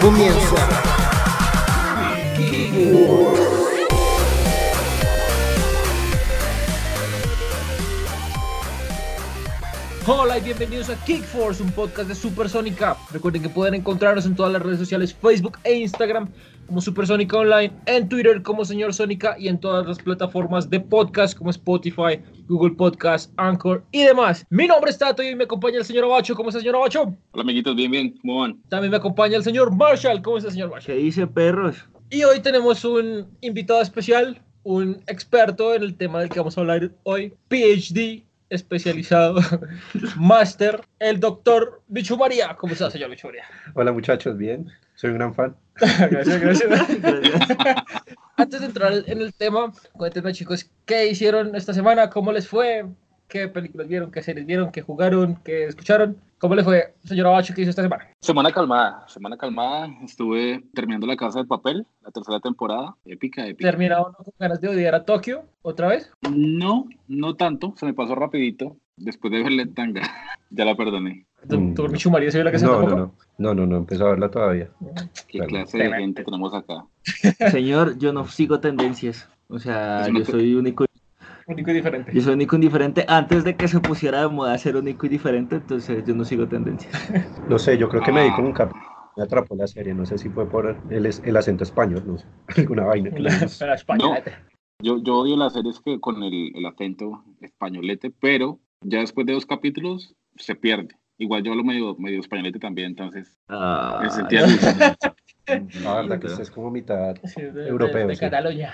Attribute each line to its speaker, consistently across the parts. Speaker 1: comienza.
Speaker 2: Hola y bienvenidos a Kick Force, un podcast de Supersónica. Recuerden que pueden encontrarnos en todas las redes sociales, Facebook e Instagram como Supersónica Online, en Twitter como Señor Sónica y en todas las plataformas de podcast como Spotify, Google Podcast, Anchor y demás. Mi nombre es Tato y hoy me acompaña el señor Abacho. ¿Cómo está, señor Abacho?
Speaker 3: Hola amiguitos, bien, bien, ¿cómo van?
Speaker 2: También me acompaña el señor Marshall. ¿Cómo está, señor Marshall?
Speaker 1: ¿Qué dice, perros?
Speaker 2: Y hoy tenemos un invitado especial, un experto en el tema del que vamos a hablar hoy, PhD especializado, máster, el doctor Bichu María. ¿Cómo está, señor Bichu María?
Speaker 4: Hola muchachos, bien. Soy un gran fan.
Speaker 2: gracias, gracias. Antes de entrar en el tema, cuéntenme, chicos, ¿qué hicieron esta semana? ¿Cómo les fue? ¿Qué películas vieron? ¿Qué series vieron? ¿Qué jugaron? ¿Qué escucharon? ¿Cómo les fue, señor Abacho, qué hizo esta semana?
Speaker 3: Semana calmada, semana calmada. Estuve terminando La Casa de Papel, la tercera temporada. Épica, épica.
Speaker 2: ¿Terminado uno con ganas de odiar a Tokio otra vez?
Speaker 3: No, no tanto, se me pasó rapidito. Después de verle tanga, ya la perdoné.
Speaker 2: ¿Tu
Speaker 4: Mm.
Speaker 2: tu Bichu María se vio la casa
Speaker 4: No,
Speaker 2: tampoco?
Speaker 4: no, no. No, no, no. Empezó a verla todavía.
Speaker 3: ¿Qué
Speaker 4: Claro.
Speaker 3: clase de
Speaker 2: Tremendo.
Speaker 3: gente tenemos acá?
Speaker 5: Señor, yo no sigo tendencias. O sea,
Speaker 3: Es una
Speaker 5: yo
Speaker 3: co-
Speaker 5: soy único,
Speaker 2: Único y diferente.
Speaker 5: yo soy único y diferente antes de que se pusiera de moda ser único y diferente, entonces yo no sigo tendencias.
Speaker 4: No sé, yo creo que me di
Speaker 3: Ah.
Speaker 4: con un capítulo. Me atrapó la serie. No sé si fue por el, es- el acento español, no sé. Alguna vaina. que le hizo.
Speaker 2: Pero España,
Speaker 3: No. Yo, yo odio las series que con el, el acento españolete, pero ya después de dos capítulos se pierde. Igual yo hablo medio, medio españolete también, entonces
Speaker 5: Ah,
Speaker 3: me sentía libre.
Speaker 4: La verdad que usted es como mitad.
Speaker 2: Sí, de- de-
Speaker 4: Europeo,
Speaker 2: de
Speaker 4: sí.
Speaker 2: Cataluña.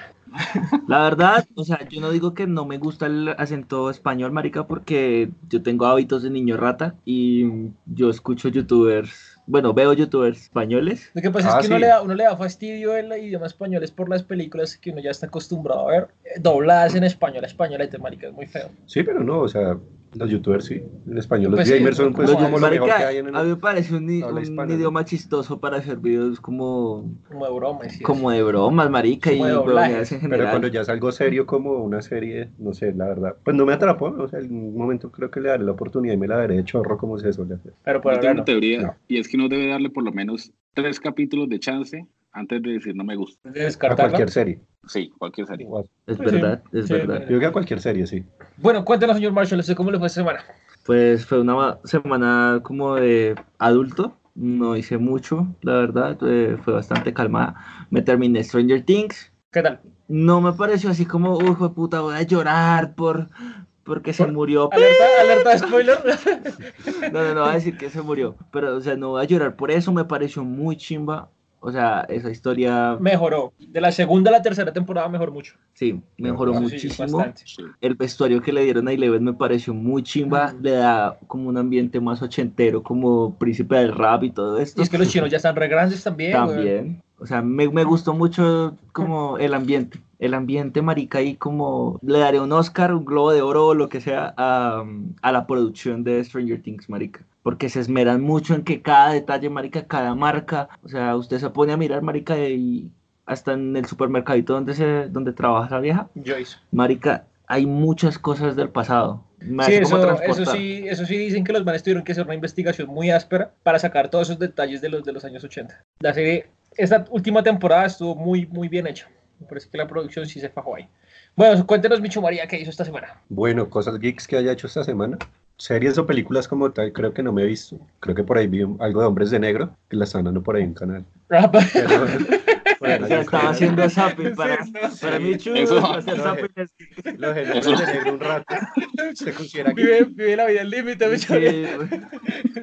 Speaker 5: La verdad, o sea, yo no digo que no me gusta el acento español, marica, porque yo tengo hábitos de niño rata y yo escucho youtubers, bueno, veo youtubers españoles.
Speaker 2: Lo que pasa
Speaker 4: Ah,
Speaker 2: es que uno,
Speaker 4: sí.
Speaker 2: le da, uno le da fastidio el idioma español es por las películas que uno ya está acostumbrado a ver eh, dobladas en español a español, este marica, es muy feo.
Speaker 4: Sí, pero no, o sea, los youtubers sí. En español, los
Speaker 2: Pues sí,
Speaker 4: gamers son pues,
Speaker 2: como-
Speaker 4: como lo mejor que
Speaker 5: Marica,
Speaker 4: hay en
Speaker 5: a mí
Speaker 4: el.
Speaker 5: me parece un, i-
Speaker 4: habla
Speaker 5: un
Speaker 4: hispana, ¿no?
Speaker 5: idioma chistoso para hacer videos como,
Speaker 2: Como de broma. sí,
Speaker 5: como de bromas, marica,
Speaker 2: Como
Speaker 5: y
Speaker 2: de doblajes.
Speaker 5: huevonadas en
Speaker 4: Pero
Speaker 5: general.
Speaker 4: cuando ya es algo serio como una serie, no sé, la verdad. Pues no me atrapó, o sea, en algún momento creo que le daré la oportunidad y me la daré de chorro como se suele hacer.
Speaker 2: es. Pero por
Speaker 3: Yo tengo
Speaker 2: ahora
Speaker 3: una
Speaker 2: no.
Speaker 3: teoría,
Speaker 4: No.
Speaker 3: y es que uno debe darle por lo menos tres capítulos de chance antes de decir no me gusta.
Speaker 2: De
Speaker 4: A
Speaker 2: descartarla.
Speaker 4: cualquier serie.
Speaker 3: Sí, cualquier serie.
Speaker 4: Yo
Speaker 5: Es
Speaker 2: Pues sí,
Speaker 5: verdad, es
Speaker 2: sí, es
Speaker 5: verdad.
Speaker 2: verdad.
Speaker 4: creo que a cualquier serie, sí.
Speaker 2: Bueno, cuéntanos, señor Marshall, ¿usted cómo le fue esta semana?
Speaker 5: Pues fue una ma- semana como de adulto, no hice mucho, la verdad, eh, fue bastante calmada. Me terminé Stranger Things,
Speaker 2: ¿Qué tal?
Speaker 5: no me pareció así como, uy, hijo de puta, voy a llorar por porque se
Speaker 2: ¿Por?
Speaker 5: murió.
Speaker 2: ¿Alerta, alerta de spoiler?
Speaker 5: No, no, no voy a decir que se murió, pero o sea, no voy a llorar por eso, me pareció muy chimba. O sea, esa historia,
Speaker 2: mejoró. De la segunda a la tercera temporada mejoró mucho.
Speaker 5: sí, mejoró
Speaker 2: pues, Sí,
Speaker 5: muchísimo.
Speaker 2: bastante.
Speaker 3: Sí.
Speaker 5: El vestuario que le dieron a Eleven me pareció muy chimba, le da como un ambiente más ochentero, como príncipe del rap y todo esto.
Speaker 2: Y es que los chinos ya están re grandes también. güey.
Speaker 5: También. O sea, me, me gustó mucho como el ambiente. El ambiente, marica, y como le daré un Oscar, un Globo de Oro o lo que sea a, a la producción de Stranger Things, marica. Porque se esmeran mucho en que cada detalle, marica, cada marca. O sea, usted se pone a mirar, marica, y hasta en el supermercadito donde, se, donde trabaja la vieja,
Speaker 2: Joyce.
Speaker 5: marica, hay muchas cosas del pasado. Me
Speaker 2: Sí
Speaker 5: hace como
Speaker 2: eso, eso
Speaker 5: transportar.
Speaker 2: sí, eso sí dicen que los manes tuvieron que hacer una investigación muy áspera para sacar todos esos detalles de los, de los años 80. La serie, esta última temporada estuvo muy, muy bien hecha. Me parece que la producción sí se fajó ahí. Bueno, cuéntenos, Michu María, ¿qué hizo esta semana?
Speaker 4: Bueno, cosas geeks que haya hecho esta semana. Series o películas como tal, creo que no me he visto. Creo que por ahí vi un- algo de Hombres de Negro, que la están dando por ahí en canal.
Speaker 2: Rapa.
Speaker 4: Pero, bueno,
Speaker 5: O sea,
Speaker 4: yo
Speaker 5: estaba
Speaker 4: creo-
Speaker 5: haciendo zapping para,
Speaker 2: Sí,
Speaker 5: para mí, chulo,
Speaker 3: Eso-
Speaker 5: hacer zapping es-
Speaker 4: Los de Hombres de Negro un rato. Se considera que
Speaker 2: Vive, vive la vida al límite, Michu María.
Speaker 5: Sí, güey.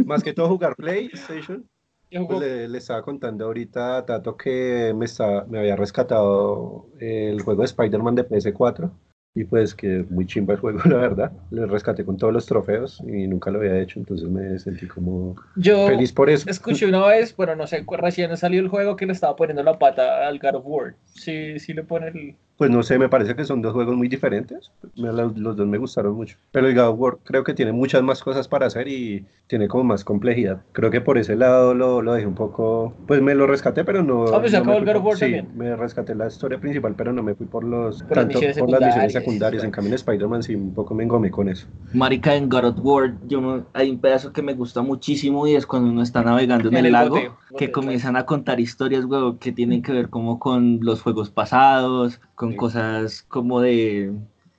Speaker 4: más que todo jugar PlayStation.
Speaker 2: Ya jugó.
Speaker 4: Pues le, le estaba contando ahorita a Tato que me, estaba- me había rescatado el juego de Spider-Man de PS4 y pues que muy chimba el juego, la verdad. Le rescaté con todos los trofeos y nunca lo había hecho, entonces me sentí como
Speaker 2: Yo
Speaker 4: feliz por eso.
Speaker 2: escuché una vez, bueno, no sé, cu- recién salió el juego que le estaba poniendo la pata al God of War. Sí, sí le pone el,
Speaker 4: pues no sé, me parece que son dos juegos muy diferentes. Me- Los, los dos me gustaron mucho. Pero el God of War creo que tiene muchas más cosas para hacer y tiene como más complejidad. Creo que por ese lado lo, lo dejé un poco. Pues me lo rescaté, pero no.
Speaker 2: Ah, pues se
Speaker 4: no me
Speaker 2: acabó el
Speaker 4: fui
Speaker 2: God of
Speaker 4: por-
Speaker 2: War
Speaker 4: sí,
Speaker 2: también.
Speaker 4: me rescaté la historia principal, pero no me fui por los.
Speaker 2: Por las misiones
Speaker 4: por las misiones
Speaker 2: secundarias.
Speaker 4: secundarias. En cambio, en Spider-Man sí un poco me engomé con eso.
Speaker 5: Marica en God of War, yo no- hay un pedazo que me gusta muchísimo y es cuando uno está navegando en,
Speaker 2: En
Speaker 5: el,
Speaker 2: el
Speaker 5: lago,
Speaker 2: boteo,
Speaker 5: que
Speaker 2: boteo,
Speaker 5: comienzan a contar historias, huevo, que tienen que ver como con los juegos pasados, con
Speaker 3: Sí.
Speaker 5: cosas como de,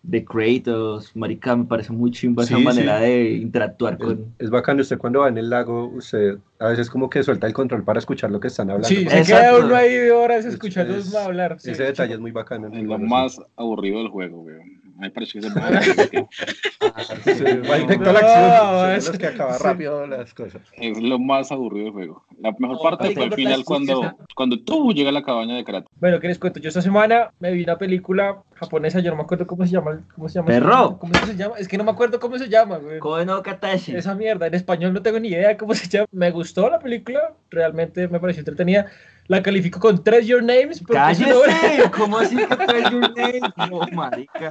Speaker 5: de Kratos. Marica, me parece muy chimba esa
Speaker 4: Sí, sí.
Speaker 5: manera de interactuar con...
Speaker 4: Es, es bacano, usted cuando va en el lago, usted a veces como que suelta el control para escuchar lo que están hablando.
Speaker 2: Sí,
Speaker 4: porque
Speaker 2: se
Speaker 5: Exacto.
Speaker 2: queda uno ahí de horas
Speaker 4: Es-
Speaker 2: escuchando
Speaker 4: es-
Speaker 2: hablar. sí.
Speaker 4: ese detalle es muy bacano.
Speaker 3: Es lo
Speaker 4: Bueno, sí.
Speaker 3: más aburrido del juego, weón. A mí me pareció que es el más aburrido.
Speaker 4: Sí, va directo a
Speaker 2: No,
Speaker 4: la acción.
Speaker 2: va,
Speaker 4: es de los que acaba
Speaker 2: sí.
Speaker 4: rápido las cosas.
Speaker 3: Es lo más aburrido del juego. La mejor
Speaker 2: No,
Speaker 3: parte
Speaker 2: pero
Speaker 3: fue al
Speaker 2: la
Speaker 3: final cuando,
Speaker 2: excusa.
Speaker 3: cuando tú llegas a la cabaña de Kratos.
Speaker 2: Bueno, ¿qué les cuento? Yo esta semana me vi una película japonesa, yo no me acuerdo cómo se llama. ¿Cómo se llama?
Speaker 5: Perro.
Speaker 2: ¿Cómo se llama? Es que no me acuerdo cómo se llama, güey.
Speaker 5: Koe no Katashi.
Speaker 2: Esa mierda, en español no tengo ni idea de cómo se llama. Me gustó la película, realmente me pareció entretenida. La califico con Tres Your Names. porque es una obra-
Speaker 5: ¡Cállese! ¿Cómo así que traes Your Name? No, marica.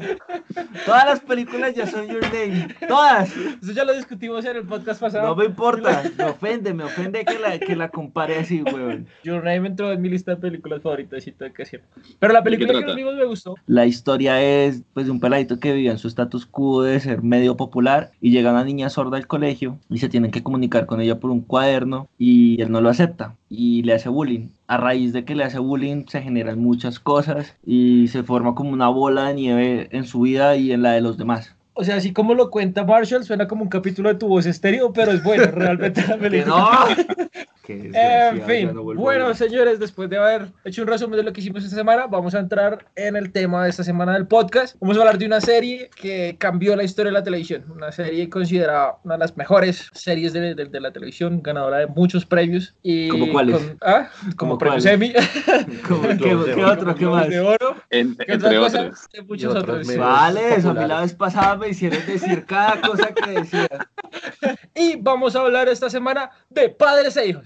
Speaker 5: Todas las películas ya son Your Name. Todas.
Speaker 2: Eso ya lo discutimos en el podcast pasado.
Speaker 5: No me importa, me ofende, me ofende que la, que la compare así, weón.
Speaker 2: Your Name entró en mi lista de películas favoritas y todo que decir. Pero la película que
Speaker 3: trata?
Speaker 2: nos vimos me gustó.
Speaker 5: La historia es pues de un peladito que vivía en su status quo de ser medio popular y llega una niña sorda al colegio y se tienen que comunicar con ella por un cuaderno y él no lo acepta y le hace bullying. A raíz de que le hace bullying se generan muchas cosas y se forma como una bola de nieve en su vida y en la de los demás.
Speaker 2: O sea, así como lo cuenta Marshall, suena como un capítulo de tu voz estéreo, pero es bueno, realmente la
Speaker 5: ¡Que
Speaker 2: película.
Speaker 5: no!
Speaker 2: En fin, bueno señores, después de haber hecho un resumen de lo que hicimos esta semana, vamos a entrar en el tema de esta semana del podcast. Vamos a hablar de una serie que cambió la historia de la televisión, una serie considerada una de las mejores series de, de- de la televisión, ganadora de muchos premios. Y
Speaker 5: ¿Cómo cuáles?
Speaker 2: con- ¿ah? Como
Speaker 5: ¿Cómo
Speaker 2: premios
Speaker 5: cuáles?
Speaker 2: Emmy,
Speaker 5: ¿Qué, qué otro? ¿Qué
Speaker 2: como Globos
Speaker 5: más?
Speaker 2: de oro,
Speaker 3: En-
Speaker 2: ¿qué
Speaker 3: entre
Speaker 2: otras cosas?
Speaker 3: otros.
Speaker 2: Y muchos
Speaker 4: otros
Speaker 2: otros.
Speaker 4: medios.
Speaker 5: Vale, eso a mí la
Speaker 4: populares.
Speaker 5: vez pasada me hicieron decir cada cosa que decía.
Speaker 2: Y vamos a hablar esta semana de padres e hijos.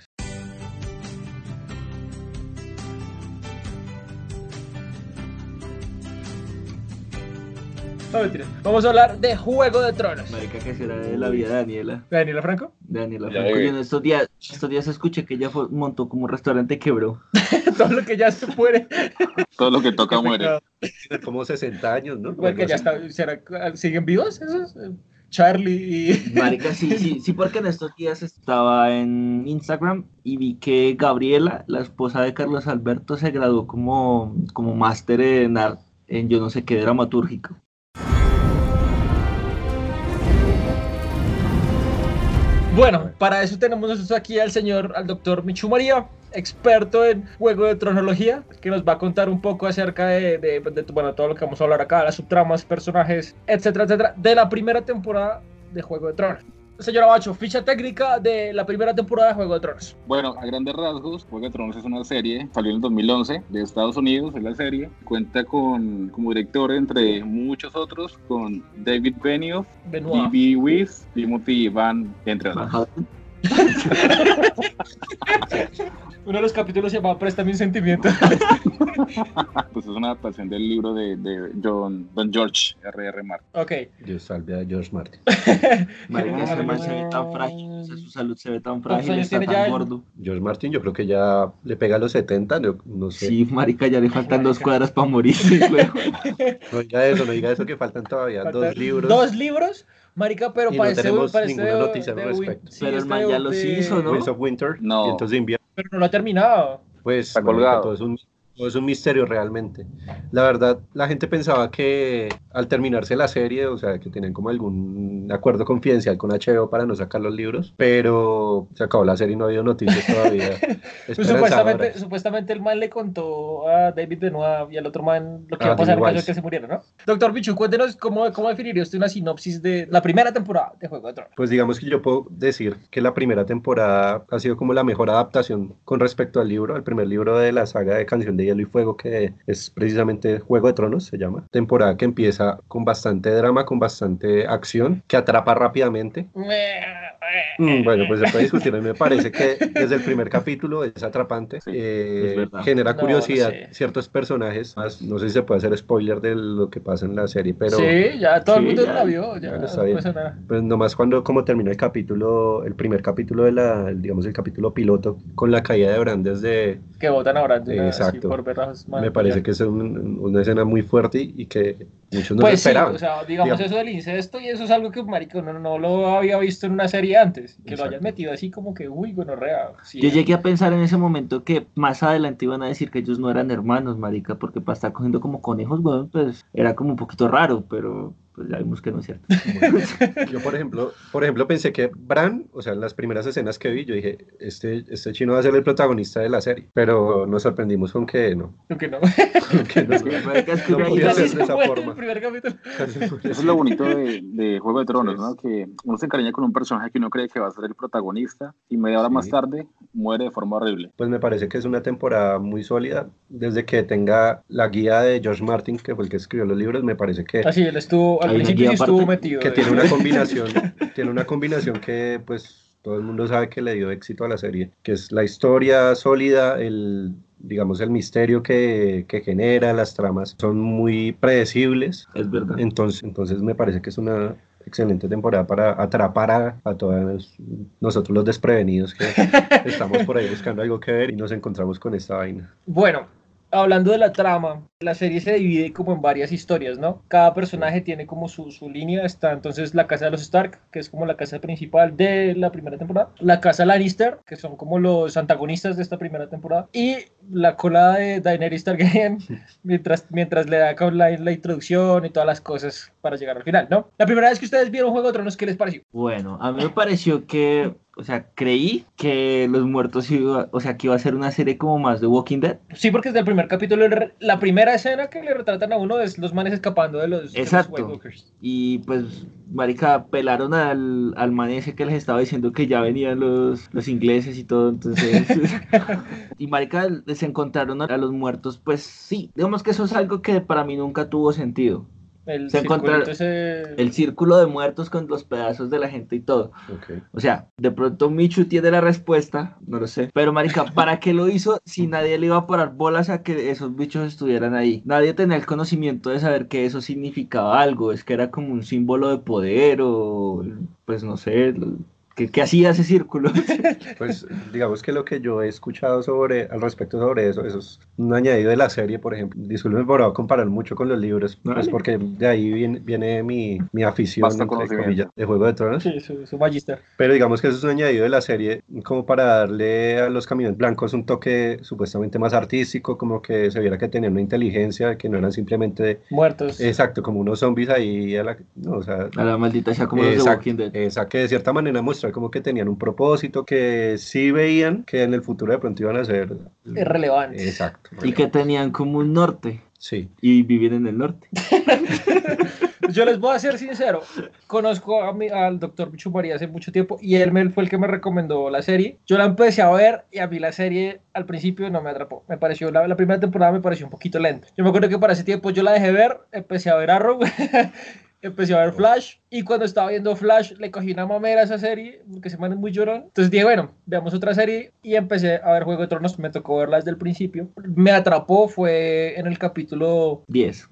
Speaker 2: No, mentira. Vamos a hablar de Juego de Tronos.
Speaker 5: Marica, que será de la vida de Daniela.
Speaker 2: Daniela Franco.
Speaker 5: De Daniela
Speaker 3: Ya,
Speaker 5: Franco.
Speaker 3: güey.
Speaker 5: Yo en estos días, estos días escuché que ella fue- montó como un restaurante y quebró.
Speaker 2: Todo lo que ya se puede.
Speaker 3: Todo lo que toca muere.
Speaker 4: Tiene como 60 años, ¿no?
Speaker 2: Porque ya está. ¿será- ah, ¿Siguen vivos esos? Charlie y.
Speaker 5: Marica, sí, sí, sí, porque en estos días estaba en Instagram y vi que Gabriela, la esposa de Carlos Alberto, se graduó como, como máster en ar- en yo no sé qué dramatúrgico.
Speaker 2: Bueno, para eso tenemos nosotros aquí al señor, al doctor Michu María, experto en juego de tronología, que nos va a contar un poco acerca de, de- pues, de- bueno, todo lo que vamos a hablar acá, las subtramas, personajes, etcétera, etcétera, de la primera temporada de Juego de Tronos. Señora Bacho, ficha técnica de la primera temporada de Juego de Tronos.
Speaker 3: Bueno, a grandes rasgos, Juego de Tronos es una serie, salió en el 2011 de Estados Unidos, es la serie. Cuenta con, como director, entre muchos otros, con David Benioff,
Speaker 2: Benoit.
Speaker 3: D.B. Weiss, Timothy Van, entre otros.
Speaker 5: Ajá.
Speaker 2: Uno de los capítulos se llama Préstame un sentimiento.
Speaker 3: Pues es una adaptación del libro de, de John, Don George R.R. Martin.
Speaker 2: ok.
Speaker 4: Dios salve a George Martin.
Speaker 5: Marica, ese man se ve tan
Speaker 2: Ay.
Speaker 5: frágil, o sea, su salud se ve tan
Speaker 2: ¿Cuántos
Speaker 5: frágil,
Speaker 2: años
Speaker 5: está
Speaker 2: tiene
Speaker 5: tan
Speaker 2: ya él?
Speaker 5: gordo.
Speaker 4: George Martin yo creo que ya le pega a los 70, no, no sé.
Speaker 5: Sí, marica, ya le faltan dos
Speaker 2: Marica.
Speaker 5: cuadras para morirse, güey.
Speaker 4: No diga eso, no diga eso que faltan todavía
Speaker 2: Faltan
Speaker 4: dos libros.
Speaker 2: Dos libros, marica, pero este
Speaker 4: Y no
Speaker 2: parece...
Speaker 4: tenemos
Speaker 2: parece
Speaker 4: ninguna
Speaker 2: de-
Speaker 4: noticia al
Speaker 2: de-
Speaker 4: respecto.
Speaker 2: sí,
Speaker 5: Pero el
Speaker 2: es
Speaker 5: man
Speaker 2: de-
Speaker 5: ya los
Speaker 2: de-
Speaker 5: hizo, ¿no?
Speaker 4: Winds of Winter,
Speaker 3: No.
Speaker 4: vientos de invierno.
Speaker 2: Pero no lo ha terminado.
Speaker 4: Pues
Speaker 3: Está
Speaker 4: marica,
Speaker 3: colgado.
Speaker 4: todo, es un, todo es un misterio realmente. La verdad, la gente pensaba que al terminarse la serie, o sea, que tenían como algún acuerdo confidencial con HBO para no sacar los libros, pero se acabó la serie y no ha habido noticias todavía.
Speaker 2: Pues
Speaker 4: esperanzadoras.
Speaker 2: supuestamente, supuestamente el man le contó a David Benoit y al otro man lo que
Speaker 4: Ah,
Speaker 2: iba a pasar en
Speaker 4: Pennywise.
Speaker 2: caso de que se muriera, ¿no? Doctor Bichu, cuéntenos cómo, cómo definiría usted una sinopsis de la primera temporada de Juego de Tronos.
Speaker 4: Pues digamos que yo puedo decir que la primera temporada ha sido como la mejor adaptación con respecto al libro, al primer libro de la saga de Canción de Hielo y Fuego, que es precisamente Juego de Tronos, se llama. Temporada que empieza con bastante drama, con bastante acción, que atrapa rápidamente. Mm, Bueno, pues se puede discutir. A mí me parece que desde el primer capítulo es atrapante.
Speaker 3: Sí,
Speaker 4: eh,
Speaker 5: es verdad.
Speaker 4: genera
Speaker 2: No,
Speaker 4: curiosidad
Speaker 2: no sé.
Speaker 4: ciertos personajes. Más, no sé si se puede hacer spoiler de lo que pasa en la serie, pero
Speaker 2: sí, ya todo el
Speaker 5: Sí,
Speaker 2: mundo
Speaker 5: ya,
Speaker 2: la vio, ya
Speaker 4: ya
Speaker 2: no
Speaker 4: está bien.
Speaker 2: pasa nada.
Speaker 4: pues nomás cuando como termina el capítulo, el primer capítulo de la, el- digamos, el capítulo piloto con la caída de Brandes de,
Speaker 2: Que votan ahora de una- así
Speaker 4: Exacto.
Speaker 2: por berrajos, man,
Speaker 4: me parece
Speaker 2: ya.
Speaker 4: que es un- una escena muy fuerte y que muchos no
Speaker 2: Pues sí,
Speaker 4: esperaban.
Speaker 2: o sea, digamos
Speaker 4: Digamos.
Speaker 2: eso del incesto y eso es algo que marico no, no lo había visto en una serie antes, que lo hayan
Speaker 4: Exacto.
Speaker 2: metido así como que uy, gonorrea. sí.
Speaker 5: Yo llegué a pensar en ese momento que más adelante iban a decir que ellos no eran hermanos, marica, porque para estar cogiendo como conejos, weón, pues era como un poquito raro, pero pues ya vimos que no es cierto.
Speaker 4: Yo, por ejemplo, por ejemplo, pensé que Bran, o sea, en las primeras escenas que vi, yo dije, este, este chino va a ser el protagonista de la serie, pero nos sorprendimos con que no.
Speaker 2: Lo que no.
Speaker 4: con que no.
Speaker 5: Marica, es que
Speaker 4: No
Speaker 5: una
Speaker 4: podía
Speaker 5: hija-
Speaker 4: ser de
Speaker 2: Así se
Speaker 4: esa
Speaker 2: muere en
Speaker 4: forma.
Speaker 2: el primer capítulo.
Speaker 3: Eso es lo bonito de, de Juego de Tronos,
Speaker 4: Sí,
Speaker 3: ¿no? Que uno se encariña con un personaje que uno cree que va a ser el protagonista y media hora
Speaker 4: Sí.
Speaker 3: más tarde muere de forma horrible.
Speaker 4: Pues me parece que es una temporada muy sólida. Desde que tenga la guía de George Martin, que fue el que escribió los libros, me parece que,
Speaker 2: Así él estuvo al
Speaker 5: Hay una
Speaker 2: principio sí
Speaker 5: guía
Speaker 2: estuvo
Speaker 5: aparte
Speaker 2: metido.
Speaker 4: que
Speaker 2: de-
Speaker 4: tiene una combinación, tiene una combinación que pues todo el mundo sabe que le dio éxito a la serie, que es la historia sólida, el digamos el misterio que, que genera, las tramas son muy predecibles.
Speaker 5: Es verdad.
Speaker 4: Entonces, entonces me parece que es una excelente temporada para atrapar a, a todos nosotros los desprevenidos que estamos por ahí buscando algo que ver y nos encontramos con esta vaina.
Speaker 2: Bueno, hablando de la trama, la serie se divide como en varias historias, ¿no? Cada personaje tiene como su, su línea. Está entonces la casa de los Stark, que es como la casa principal de la primera temporada. La casa Lannister, que son como los antagonistas de esta primera temporada. Y la colada de Daenerys Targaryen, mientras, mientras le da con la, la introducción y todas las cosas para llegar al final, ¿no? La primera vez que ustedes vieron Juego de Tronos, ¿qué les pareció?
Speaker 5: Bueno, a mí me pareció que, o sea, creí que Los Muertos iba, o sea, que iba a ser una serie como más de Walking Dead.
Speaker 2: Sí, porque desde el primer capítulo, el re- la primera escena que le retratan a uno es los manes escapando de los, de los
Speaker 5: Exacto.
Speaker 2: White Walkers.
Speaker 5: Y pues, marica, pelaron al, al man ese que les estaba diciendo que ya venían los, los ingleses y todo, entonces... y marica, se encontraron a, a los muertos, pues sí. Digamos que eso es algo que para mí nunca tuvo sentido.
Speaker 2: El
Speaker 5: Se
Speaker 2: circulito
Speaker 5: encontraron-
Speaker 2: ese-
Speaker 5: El círculo de muertos con los pedazos de la gente y todo. O sea, de pronto Michu tiene la respuesta, no lo sé. Pero, marica, ¿para qué lo hizo si nadie le iba a parar bolas a que esos bichos estuvieran ahí? Nadie tenía el conocimiento de saber que eso significaba algo. Es que era como un símbolo de poder o, pues, no sé, lo- ¿qué, qué hacía ese círculo?
Speaker 4: Pues digamos que lo que yo he escuchado sobre al respecto sobre eso, eso es un añadido de la serie, por ejemplo. Disculpen por comparar mucho con los libros, pues
Speaker 5: Dale.
Speaker 4: porque de ahí viene, viene mi, mi afición,
Speaker 3: Basta
Speaker 4: entre
Speaker 3: conocimiento.
Speaker 4: comillas, de Juego de Tronos.
Speaker 2: Sí, su, su Magister.
Speaker 4: Pero digamos que eso es un añadido de la serie, como para darle a los camiones blancos un toque supuestamente más artístico, como que se viera que tenían una inteligencia, que no eran simplemente,
Speaker 2: Muertos.
Speaker 4: exacto, como unos zombies ahí, a la, no, o sea,
Speaker 5: A la maldita sea como los de
Speaker 4: Exacto, Eh,
Speaker 5: Walking Dead.
Speaker 4: exacto, que de cierta manera mostrar como que tenían un propósito, que sí veían que en el futuro de pronto iban a ser...
Speaker 2: Es relevante.
Speaker 4: Exacto.
Speaker 5: Y que tenían como un norte
Speaker 4: Sí.
Speaker 5: y vivir en el norte.
Speaker 2: Yo les voy a ser sincero. Conozco a mi- al doctor Michu María hace mucho tiempo y él me, fue el que me recomendó la serie. Yo la empecé a ver y a mí la serie al principio no me atrapó. Me pareció, la, la primera temporada me pareció un poquito lenta. Yo me acuerdo que para ese tiempo yo la dejé ver, empecé a ver Arrow. Empecé a ver Flash y cuando estaba viendo Flash le cogí una mamera a esa serie, porque se me muy llorón. Entonces dije, bueno, veamos otra serie y empecé a ver Juego de Tronos. Me tocó verla desde el principio. Me atrapó, fue en el capítulo
Speaker 5: 10.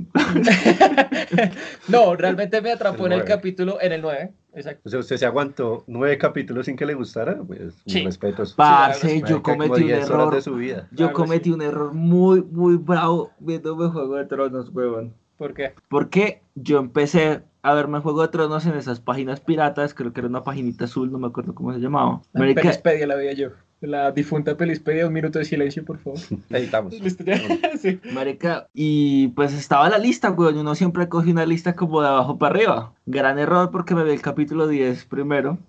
Speaker 2: no, realmente me atrapó
Speaker 4: El
Speaker 2: en el
Speaker 4: nueve.
Speaker 2: capítulo, en el 9, exacto.
Speaker 4: O sea, usted se aguantó nueve capítulos sin que le gustara, pues, mis
Speaker 2: Sí.
Speaker 4: respetos.
Speaker 5: Parce,
Speaker 2: Sí,
Speaker 5: yo
Speaker 4: Marica, como
Speaker 5: cometí un
Speaker 4: 10 horas
Speaker 5: error.
Speaker 4: de su vida.
Speaker 5: Yo
Speaker 2: Claro,
Speaker 5: cometí
Speaker 2: sí.
Speaker 5: un error muy, muy bravo viéndome Juego de Tronos, huevón.
Speaker 2: ¿Por qué?
Speaker 5: Porque yo empecé a verme Juego de Tronos en esas páginas piratas, creo que era una paginita azul, no me acuerdo cómo se llamaba.
Speaker 2: La
Speaker 5: Marica,
Speaker 2: Pelispedia la veía yo. La difunta Pelispedia, un minuto de silencio, por favor.
Speaker 4: Editamos.
Speaker 2: Listo, ya. Sí.
Speaker 5: marica, y pues estaba la lista, weón. Uno siempre coge una lista como de abajo para arriba. Gran error porque me vi el capítulo 10 primero.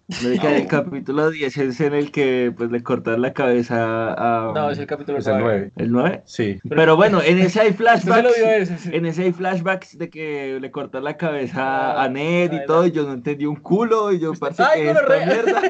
Speaker 5: Marica, el capítulo 10 es en el que pues le cortan la cabeza a...
Speaker 2: No, es el capítulo
Speaker 4: Es el
Speaker 2: 9.
Speaker 4: nueve.
Speaker 5: ¿El 9?
Speaker 4: Sí.
Speaker 5: Pero bueno, en ese hay
Speaker 2: No se lo
Speaker 5: flashbacks.
Speaker 2: vio ese, sí.
Speaker 5: En ese hay flashbacks de que le cortan la cabeza
Speaker 2: Ah,
Speaker 5: a Ned
Speaker 2: ay,
Speaker 5: y todo, y yo no entendí un culo, y yo parece
Speaker 2: ¡Ay,
Speaker 5: que es esta
Speaker 2: gonorrea!
Speaker 5: mierda.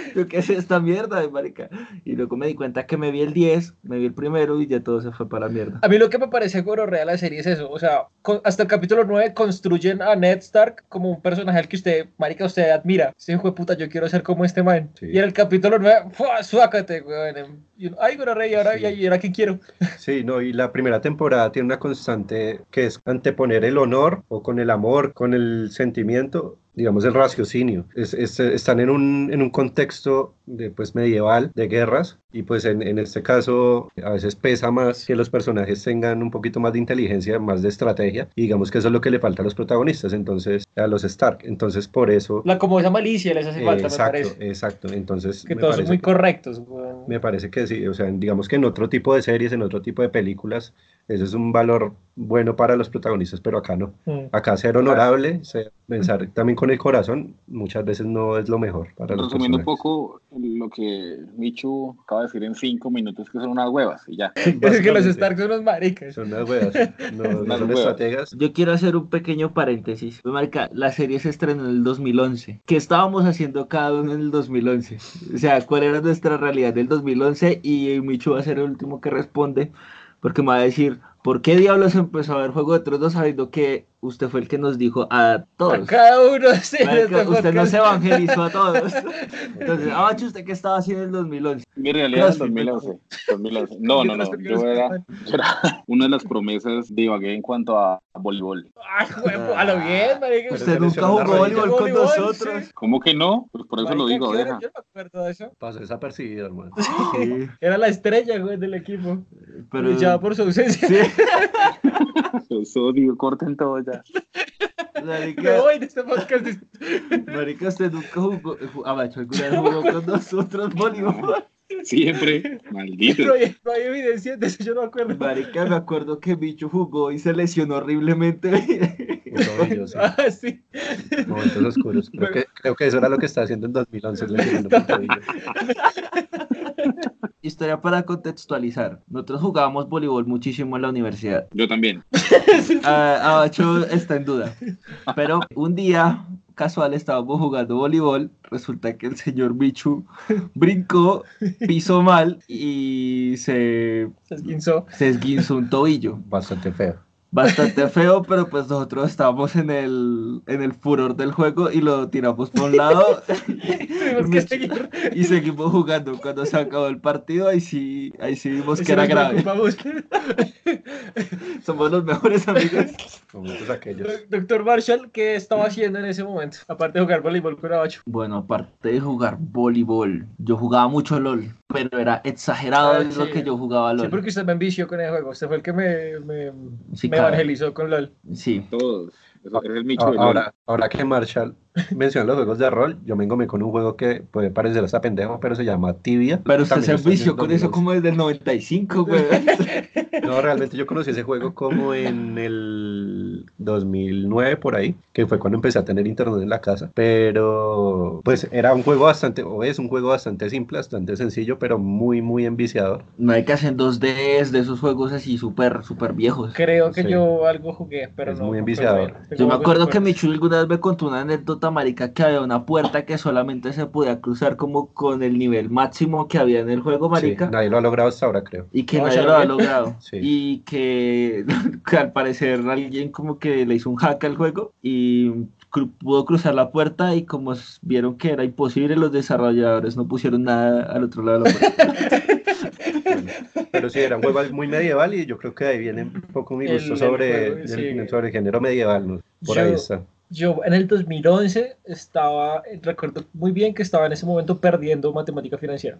Speaker 5: Yo qué es esta mierda, de marica. Y luego me di cuenta que me vi el 10, me vi el primero y ya todo se fue para la mierda.
Speaker 2: A mí lo que me parece real la serie es eso. O sea, con- hasta el capítulo 9 construyen a Ned Stark Black como un personaje al que usted, marica, usted admira. Se dijo, puta, yo quiero ser como este man.
Speaker 4: Sí.
Speaker 2: Y en el capítulo 9, ¡fua! suácate, weón. Y uno, Ay, bueno, rey, ahora,
Speaker 4: Sí.
Speaker 2: y, y ahora qué quiero.
Speaker 4: Sí, no, y la primera temporada tiene una constante que es anteponer el honor o con el amor, con el sentimiento, digamos el raciocinio. Es- es- están en un, en un contexto de, pues, medieval de guerras y pues en, en este caso a veces pesa más que los personajes tengan un poquito más de inteligencia, más de estrategia y digamos que eso es lo que le falta a los protagonistas, entonces a los Stark. Entonces por eso...
Speaker 2: La, como esa malicia les hace
Speaker 4: eh,
Speaker 2: falta, me
Speaker 4: exacto,
Speaker 2: parece.
Speaker 4: exacto. Entonces
Speaker 2: Que
Speaker 4: me
Speaker 2: todos son
Speaker 4: parece
Speaker 2: muy
Speaker 4: que-
Speaker 2: correctos, weón.
Speaker 4: me parece que sí, o sea, digamos que en otro tipo de series, en otro tipo de películas, ese es un valor bueno para los protagonistas, pero acá no.
Speaker 2: Mm.
Speaker 4: Acá ser honorable, ser- pensar también con el corazón, muchas veces no es lo mejor para los
Speaker 3: Resumiendo un
Speaker 4: personajes.
Speaker 3: poco lo que Michu acaba de decir en cinco minutos, que son unas huevas y ya.
Speaker 2: Es que los
Speaker 4: Básicamente,
Speaker 2: Stark son unos maricas.
Speaker 4: son unas huevas, no, no
Speaker 3: Unas
Speaker 4: son
Speaker 3: huevas.
Speaker 4: estrategas.
Speaker 5: Yo quiero hacer un pequeño paréntesis. Marca, la serie se estrenó en el 2011. ¿Qué estábamos haciendo cada uno en el 2011? O sea, ¿cuál era nuestra realidad del 2011? Y Michu va a ser el último que responde, porque me va a decir, ¿por qué diablos empezó a ver Juego de Tronos sabiendo que usted fue el que nos dijo a
Speaker 2: A
Speaker 5: todos?
Speaker 2: cada uno se
Speaker 5: Marica, usted no se
Speaker 2: va
Speaker 5: evangelizó a todos. Entonces, Amachi, ¿usted qué estaba haciendo en el 2011?
Speaker 3: Mi realidad es
Speaker 5: Claro,
Speaker 3: 2011. 2011. No, no, no. Yo era, yo era una de las promesas de Ibagué en cuanto a voleibol.
Speaker 2: Ay, huevo, a lo bien,
Speaker 4: Ah, Pero
Speaker 2: marica.
Speaker 5: Usted
Speaker 4: se lesionó
Speaker 5: nunca
Speaker 4: la rodilla.
Speaker 5: jugó voleibol con
Speaker 2: Voleibol, sí.
Speaker 5: nosotros.
Speaker 3: ¿Cómo que no? Pues por eso lo
Speaker 2: Marica,
Speaker 3: digo,
Speaker 2: ¿qué era?
Speaker 3: deja.
Speaker 2: Yo no me acuerdo de eso.
Speaker 4: Pasó desapercibido, hermano.
Speaker 5: Sí,
Speaker 2: Era la estrella, güey, del equipo. Pero...
Speaker 5: pero...
Speaker 2: Luchaba por su ausencia.
Speaker 5: Sí.
Speaker 3: Eso, digo, corten todo ya.
Speaker 5: Marica,
Speaker 2: Me voy de este podcast.
Speaker 5: Marica, usted nunca jugó, ju- ah, macho, alguna vez jugó con nosotros voleibol.
Speaker 3: Siempre, maldito.
Speaker 2: No hay, no hay evidencia de eso, yo no me acuerdo.
Speaker 5: Marica, me acuerdo que Bicho jugó y se lesionó horriblemente.
Speaker 4: Los tobillos, sí.
Speaker 2: Ah, sí.
Speaker 4: Momentos oscuros. Creo que, creo que eso era lo que estaba haciendo en 2011. el segundo tobillo.
Speaker 5: Historia para contextualizar. Nosotros jugábamos voleibol muchísimo en la universidad.
Speaker 3: Yo también.
Speaker 5: Ah, Abacho está en duda. Pero un día casual estábamos jugando voleibol. Resulta que el señor Bichu brincó, pisó mal y se,
Speaker 2: Se esguinzó.
Speaker 5: se esguinzó un tobillo.
Speaker 4: Bastante feo.
Speaker 5: Bastante feo, pero pues nosotros estábamos en el, en el furor del juego y lo tiramos por un lado
Speaker 2: Tuvimos que
Speaker 5: Mucho.
Speaker 2: seguir.
Speaker 5: y seguimos jugando. Cuando se acabó el partido, ahí sí, ahí sí vimos que
Speaker 2: Eso
Speaker 5: era
Speaker 2: nos
Speaker 5: grave.
Speaker 2: preocupamos.
Speaker 5: Somos los mejores amigos.
Speaker 4: Momentos aquellos.
Speaker 2: Doc- Doctor Marshall, ¿qué estaba haciendo en ese momento? Aparte de jugar voleibol con Abacho.
Speaker 5: Bueno, aparte de jugar voleibol, yo jugaba mucho LOL, pero era exagerado
Speaker 2: Ah,
Speaker 5: lo
Speaker 2: sí.
Speaker 5: que yo jugaba
Speaker 2: Sí,
Speaker 5: LOL.
Speaker 2: porque usted me envició con el juego. Usted fue el que me, me,
Speaker 5: Sí,
Speaker 2: me
Speaker 5: claro.
Speaker 2: evangelizó con LOL.
Speaker 5: Sí,
Speaker 3: Todos. Eso es el Michu.
Speaker 4: Ah,
Speaker 3: del
Speaker 4: Ahora, ahora que Marshall menciona los juegos de rol, yo me engomé con un juego que puede parecer hasta pendejo, pero se llama Tibia.
Speaker 5: pero usted
Speaker 4: También
Speaker 5: se
Speaker 4: lo está
Speaker 5: vició
Speaker 4: haciendo
Speaker 5: con eso
Speaker 4: Dios.
Speaker 5: como desde el 95, güey.
Speaker 4: No, realmente yo conocí ese juego como en el 2009, por ahí, que fue cuando empecé a tener internet en la casa. Pero, pues era un juego bastante, o es un juego bastante simple, bastante sencillo, pero muy, muy enviciador.
Speaker 5: No hay que hacer 2Ds de esos juegos así súper, súper viejos.
Speaker 2: Creo que
Speaker 4: Sí.
Speaker 2: yo algo jugué, pero
Speaker 4: Es
Speaker 2: no.
Speaker 4: muy
Speaker 2: no
Speaker 4: enviciador.
Speaker 2: recuerdo bien.
Speaker 5: Yo me acuerdo que
Speaker 2: Tengo
Speaker 5: Michu alguna vez me contó una anécdota, marica, que había una puerta que solamente se podía cruzar como con el nivel máximo que había en el juego, marica,
Speaker 4: Sí, nadie lo ha logrado hasta ahora, creo.
Speaker 5: y que
Speaker 2: No,
Speaker 5: nadie
Speaker 2: ya
Speaker 5: lo había
Speaker 2: lo
Speaker 5: logrado.
Speaker 4: Sí.
Speaker 5: Y que, que al parecer alguien como que le hizo un hack al juego y cru- pudo cruzar la puerta y como s- vieron que era imposible, los desarrolladores no pusieron nada al otro lado de la puerta.
Speaker 4: Bueno, pero sí, era un juego muy medieval y yo creo que ahí viene un poco mi
Speaker 2: El-
Speaker 4: gusto
Speaker 2: el
Speaker 4: sobre,
Speaker 2: juego, sí.
Speaker 4: el, sobre el género medieval. ¿no? Por
Speaker 2: Yo-
Speaker 4: ahí está.
Speaker 2: Yo en el 2011 estaba, recuerdo muy bien que estaba en ese momento perdiendo matemática financiera.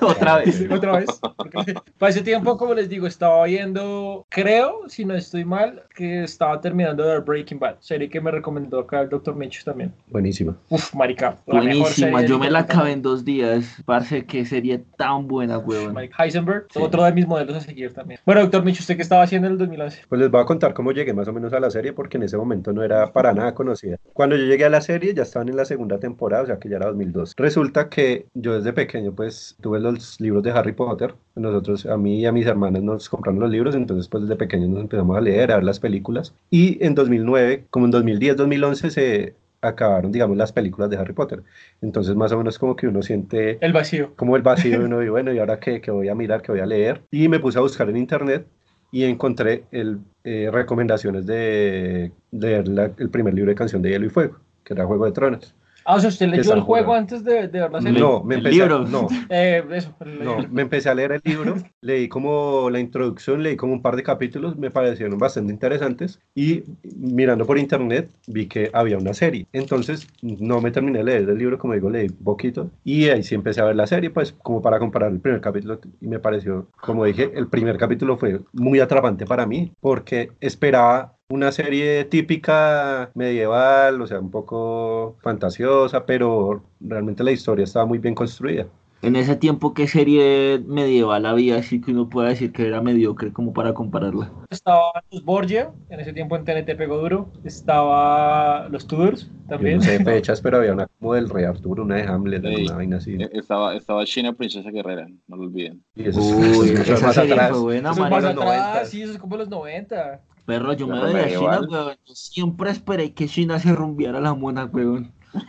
Speaker 5: Otra
Speaker 4: Claro,
Speaker 5: vez.
Speaker 4: sí.
Speaker 2: Otra vez. porque Para ese tiempo, como les digo, estaba viendo, creo, si no estoy mal, que estaba terminando de ver Breaking Bad, serie que me recomendó acá el Dr. Mitch también.
Speaker 4: Buenísimo.
Speaker 2: Uf, marica. la mejor
Speaker 5: Buenísima,
Speaker 2: serie
Speaker 5: yo me la
Speaker 2: del planeta.
Speaker 5: acabé en dos días. Parce, que sería tan buena,
Speaker 2: Uf,
Speaker 5: huevón.
Speaker 2: marica. Heisenberg,
Speaker 5: Sí.
Speaker 2: otro de mis modelos a seguir también. Bueno, doctor Mitch, ¿usted qué estaba haciendo en el 2011?
Speaker 4: Pues les voy a contar cómo llegué más o menos a la serie, porque en ese momento no era para nada conocida. Cuando yo llegué a la serie ya estaban en la segunda temporada, o sea que ya era 2002. Resulta que yo desde pequeño pues tuve los libros de Harry Potter. Nosotros, a mí y a mis hermanas nos compraron los libros, entonces pues desde pequeños nos empezamos a leer, a ver las películas. Y en 2009, como en 2010, 2011 se acabaron, digamos, las películas de Harry Potter. Entonces más o menos como que uno siente
Speaker 2: El vacío.
Speaker 4: como el vacío de uno y bueno, ¿y ahora qué, qué voy a mirar, qué voy a leer? Y me puse a buscar en internet y encontré el, eh, recomendaciones de leer la- el primer libro de Canción de Hielo y Fuego, que era Juego de Tronos.
Speaker 2: Ah, o sea, usted leyó
Speaker 4: están
Speaker 2: el juego
Speaker 4: jugando.
Speaker 2: antes de, de ver la serie.
Speaker 4: No, me
Speaker 5: el
Speaker 4: empecé, a-
Speaker 5: libro.
Speaker 4: no,
Speaker 2: Eh, eso.
Speaker 4: no, me empecé a leer el libro, leí como la introducción, leí como un par de capítulos, me parecieron bastante interesantes y mirando por internet vi que había una serie. Entonces no me terminé de leer el libro, como digo, leí poquito y ahí sí empecé a ver la serie, pues como para comparar el primer capítulo y me pareció, como dije, el primer capítulo fue muy atrapante para mí porque esperaba una serie típica medieval, o sea, un poco fantasiosa, pero realmente la historia estaba muy bien construida.
Speaker 5: En ese tiempo, ¿qué serie medieval había? Así que uno puede decir que era mediocre como para compararla.
Speaker 2: Estaban los Borgia, en ese tiempo en TNT pegó duro. Estaba los Tudors
Speaker 4: Yo
Speaker 2: también.
Speaker 4: no sé fechas, pero había una como del Rey Arturo, una de Hamlet,
Speaker 3: Sí.
Speaker 4: una vaina así.
Speaker 3: Eh, Estaba, estaba China Princesa Guerrera, no lo olviden.
Speaker 4: Y eso
Speaker 5: Uy,
Speaker 4: eso
Speaker 5: esa
Speaker 4: más
Speaker 5: serie
Speaker 4: atrás.
Speaker 5: fue buena,
Speaker 4: Eso es
Speaker 2: Eso
Speaker 4: más
Speaker 2: es
Speaker 5: Mario,
Speaker 2: más
Speaker 5: los
Speaker 2: atrás,
Speaker 4: atrás.
Speaker 2: sí, eso es como los 90.
Speaker 5: Perro, yo me
Speaker 3: Perro
Speaker 5: voy a China,
Speaker 3: medieval.
Speaker 5: weón. Yo siempre esperé que China se rumbiara la mona, weón.
Speaker 2: Ah,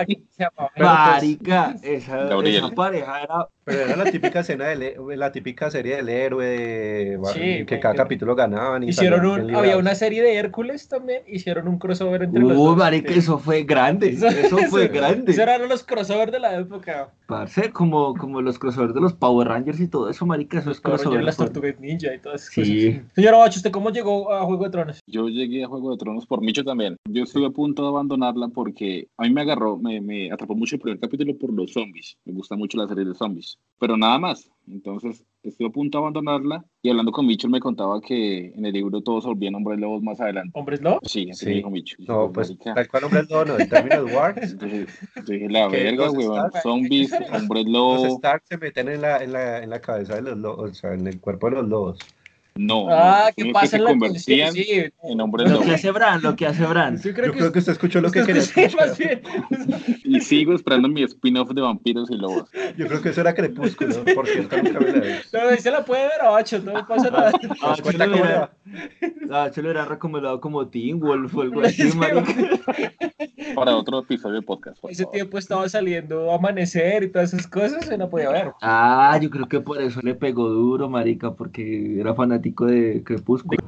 Speaker 2: ah, ¿qué se llamaba?
Speaker 4: Pero pues-
Speaker 5: Marica, esa,
Speaker 3: Gabriel.
Speaker 5: esa pareja era.
Speaker 4: Pero era la típica escena del he- la típica serie del héroe de-
Speaker 2: Sí,
Speaker 4: que cada
Speaker 2: que-
Speaker 4: capítulo ganaban. y
Speaker 2: Hicieron
Speaker 4: salían
Speaker 2: un,
Speaker 4: bien
Speaker 2: había
Speaker 4: librados.
Speaker 2: una serie de Hércules también, hicieron un crossover entre los
Speaker 5: Uy,
Speaker 2: dos.
Speaker 5: marica,
Speaker 2: Sí.
Speaker 5: eso fue grande.
Speaker 2: Eso-
Speaker 5: Eso, fue
Speaker 2: eso-
Speaker 5: grande.
Speaker 2: Esos eran los crossovers de la época.
Speaker 5: Parce, como, como los crossovers de los Power Rangers y todo eso, marica, eso es
Speaker 2: Power Rangers,
Speaker 5: crossover.
Speaker 2: las
Speaker 5: fue-
Speaker 2: Tortugas Ninja y todas esas
Speaker 5: Sí.
Speaker 2: cosas. Señora Bacho, ¿usted cómo llegó a Juego de Tronos?
Speaker 3: Yo llegué a Juego de Tronos por Micho también. Yo estuve a punto de abandonarla porque a mí me agarró, me, me atrapó mucho el primer capítulo por los zombies. Me gusta mucho la serie de zombies, pero nada más. Entonces estuve a punto de abandonarla y hablando con Micho él me contaba que en el libro todos se volvían hombres lobos más adelante.
Speaker 2: ¿Hombres Lobo?
Speaker 3: Sí, así
Speaker 4: Sí.
Speaker 3: me dijo Micho. Y yo,
Speaker 4: No, pues
Speaker 3: marica,
Speaker 4: tal cual hombre no, no, en términos de War,
Speaker 3: yo dije- yo dije, la
Speaker 4: Que
Speaker 3: verga,
Speaker 4: los
Speaker 3: weón.
Speaker 4: Stark-
Speaker 3: Zombies, hombres
Speaker 4: los
Speaker 3: lobos.
Speaker 4: Stark se meten en la, en, la, en la cabeza de los lobos, o sea, en el cuerpo de los lobos.
Speaker 3: No.
Speaker 2: ah,
Speaker 3: no,
Speaker 2: ¿qué
Speaker 3: sino
Speaker 2: pasa
Speaker 3: se
Speaker 2: en la
Speaker 3: convertían
Speaker 2: sí, pues, sí.
Speaker 3: en hombres
Speaker 5: Lo que
Speaker 3: lobos.
Speaker 5: hace Bran, lo que hace Bran.
Speaker 2: Yo creo
Speaker 4: Yo
Speaker 2: que,
Speaker 4: creo que usted escuchó lo que
Speaker 2: usted-
Speaker 4: quería
Speaker 2: sí,
Speaker 4: escuchar.
Speaker 2: más bien.
Speaker 3: Y sigo esperando mi spin-off de vampiros y lobos.
Speaker 4: Yo creo que eso era Crepúsculo, por cierto, nunca me la vi.
Speaker 2: No, ahí se la puede ver a Bacho, no pasa nada.
Speaker 5: Ah,
Speaker 4: ¿Te das
Speaker 5: yo
Speaker 4: cuenta
Speaker 5: lo
Speaker 4: cómo le va?
Speaker 5: hubiera- ah, yo lo hubiera recomendado como Teen Wolf o algo así,
Speaker 2: Sí,
Speaker 5: marica.
Speaker 3: Para otro episodio de podcast. por
Speaker 2: Ese
Speaker 3: favor.
Speaker 2: tiempo estaba saliendo amanecer y todas esas cosas, se la podía ver.
Speaker 5: Ah, yo creo que por eso le pegó duro, marica, porque era fanático de Crepúsculo.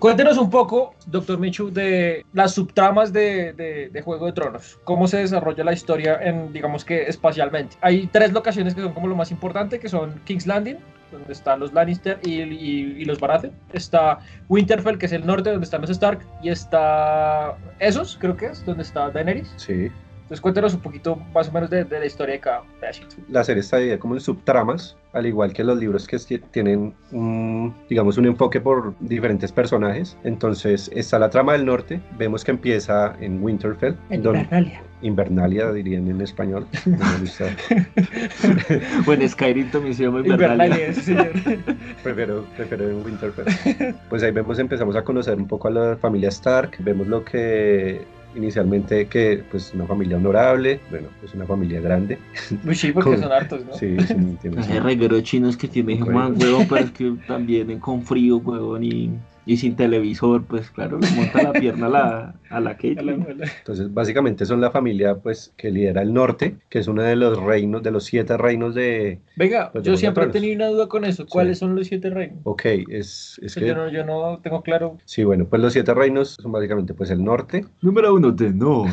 Speaker 2: Cuéntenos un poco, doctor Michu, de las subtramas de, de- de Juego de Tronos. ¿Cómo se desarrolla la historia en, digamos que, espacialmente? Hay tres locaciones que son como lo más importante, que son King's Landing, donde están los Lannister y, y- y los Baratheon. Está Winterfell, que es el norte, donde están los Stark. Y está Esos, creo que es, donde está Daenerys.
Speaker 4: Sí.
Speaker 2: Entonces cuéntenos un poquito más o menos de, de la historia de cada pedacito.
Speaker 4: la serie está dividida como en subtramas, al igual que los libros que ti- tienen, un, digamos, un enfoque por diferentes personajes. Entonces está la trama del norte, vemos que empieza en Winterfell, don- Invernalia dirían en español. No me gusta,
Speaker 5: Bueno, Skyrim también se llama Invernalia.
Speaker 2: Invernalia, sí, señor.
Speaker 4: prefiero, prefiero en Winterfell. Pues ahí vemos, empezamos a conocer un poco a la familia Stark, vemos lo que inicialmente que pues una familia honorable, bueno, pues una familia grande.
Speaker 2: Uy, sí, porque son hartos, ¿no?
Speaker 4: Sí, sí, me entiendes.
Speaker 5: Ese reguero chino es que tiene
Speaker 4: Bueno.
Speaker 5: más huevón, pero es que también con frío, huevón, y, y sin televisor, pues claro, le monta la pierna a la, a la Kate.
Speaker 2: A la- a la-
Speaker 4: Entonces, básicamente son la familia pues que lidera el norte, que es uno de los reinos, de los siete reinos de...
Speaker 2: Venga,
Speaker 4: Pues
Speaker 2: yo
Speaker 4: de
Speaker 2: siempre he
Speaker 4: Juego de Tronos.
Speaker 2: tenido una duda con eso. ¿Cuáles son los siete reinos?
Speaker 4: Ok, es, es
Speaker 2: Eso
Speaker 4: que...
Speaker 2: Pues yo, no, yo no tengo claro.
Speaker 4: Sí, bueno, pues los siete reinos son básicamente pues el norte.
Speaker 5: Número uno, de no.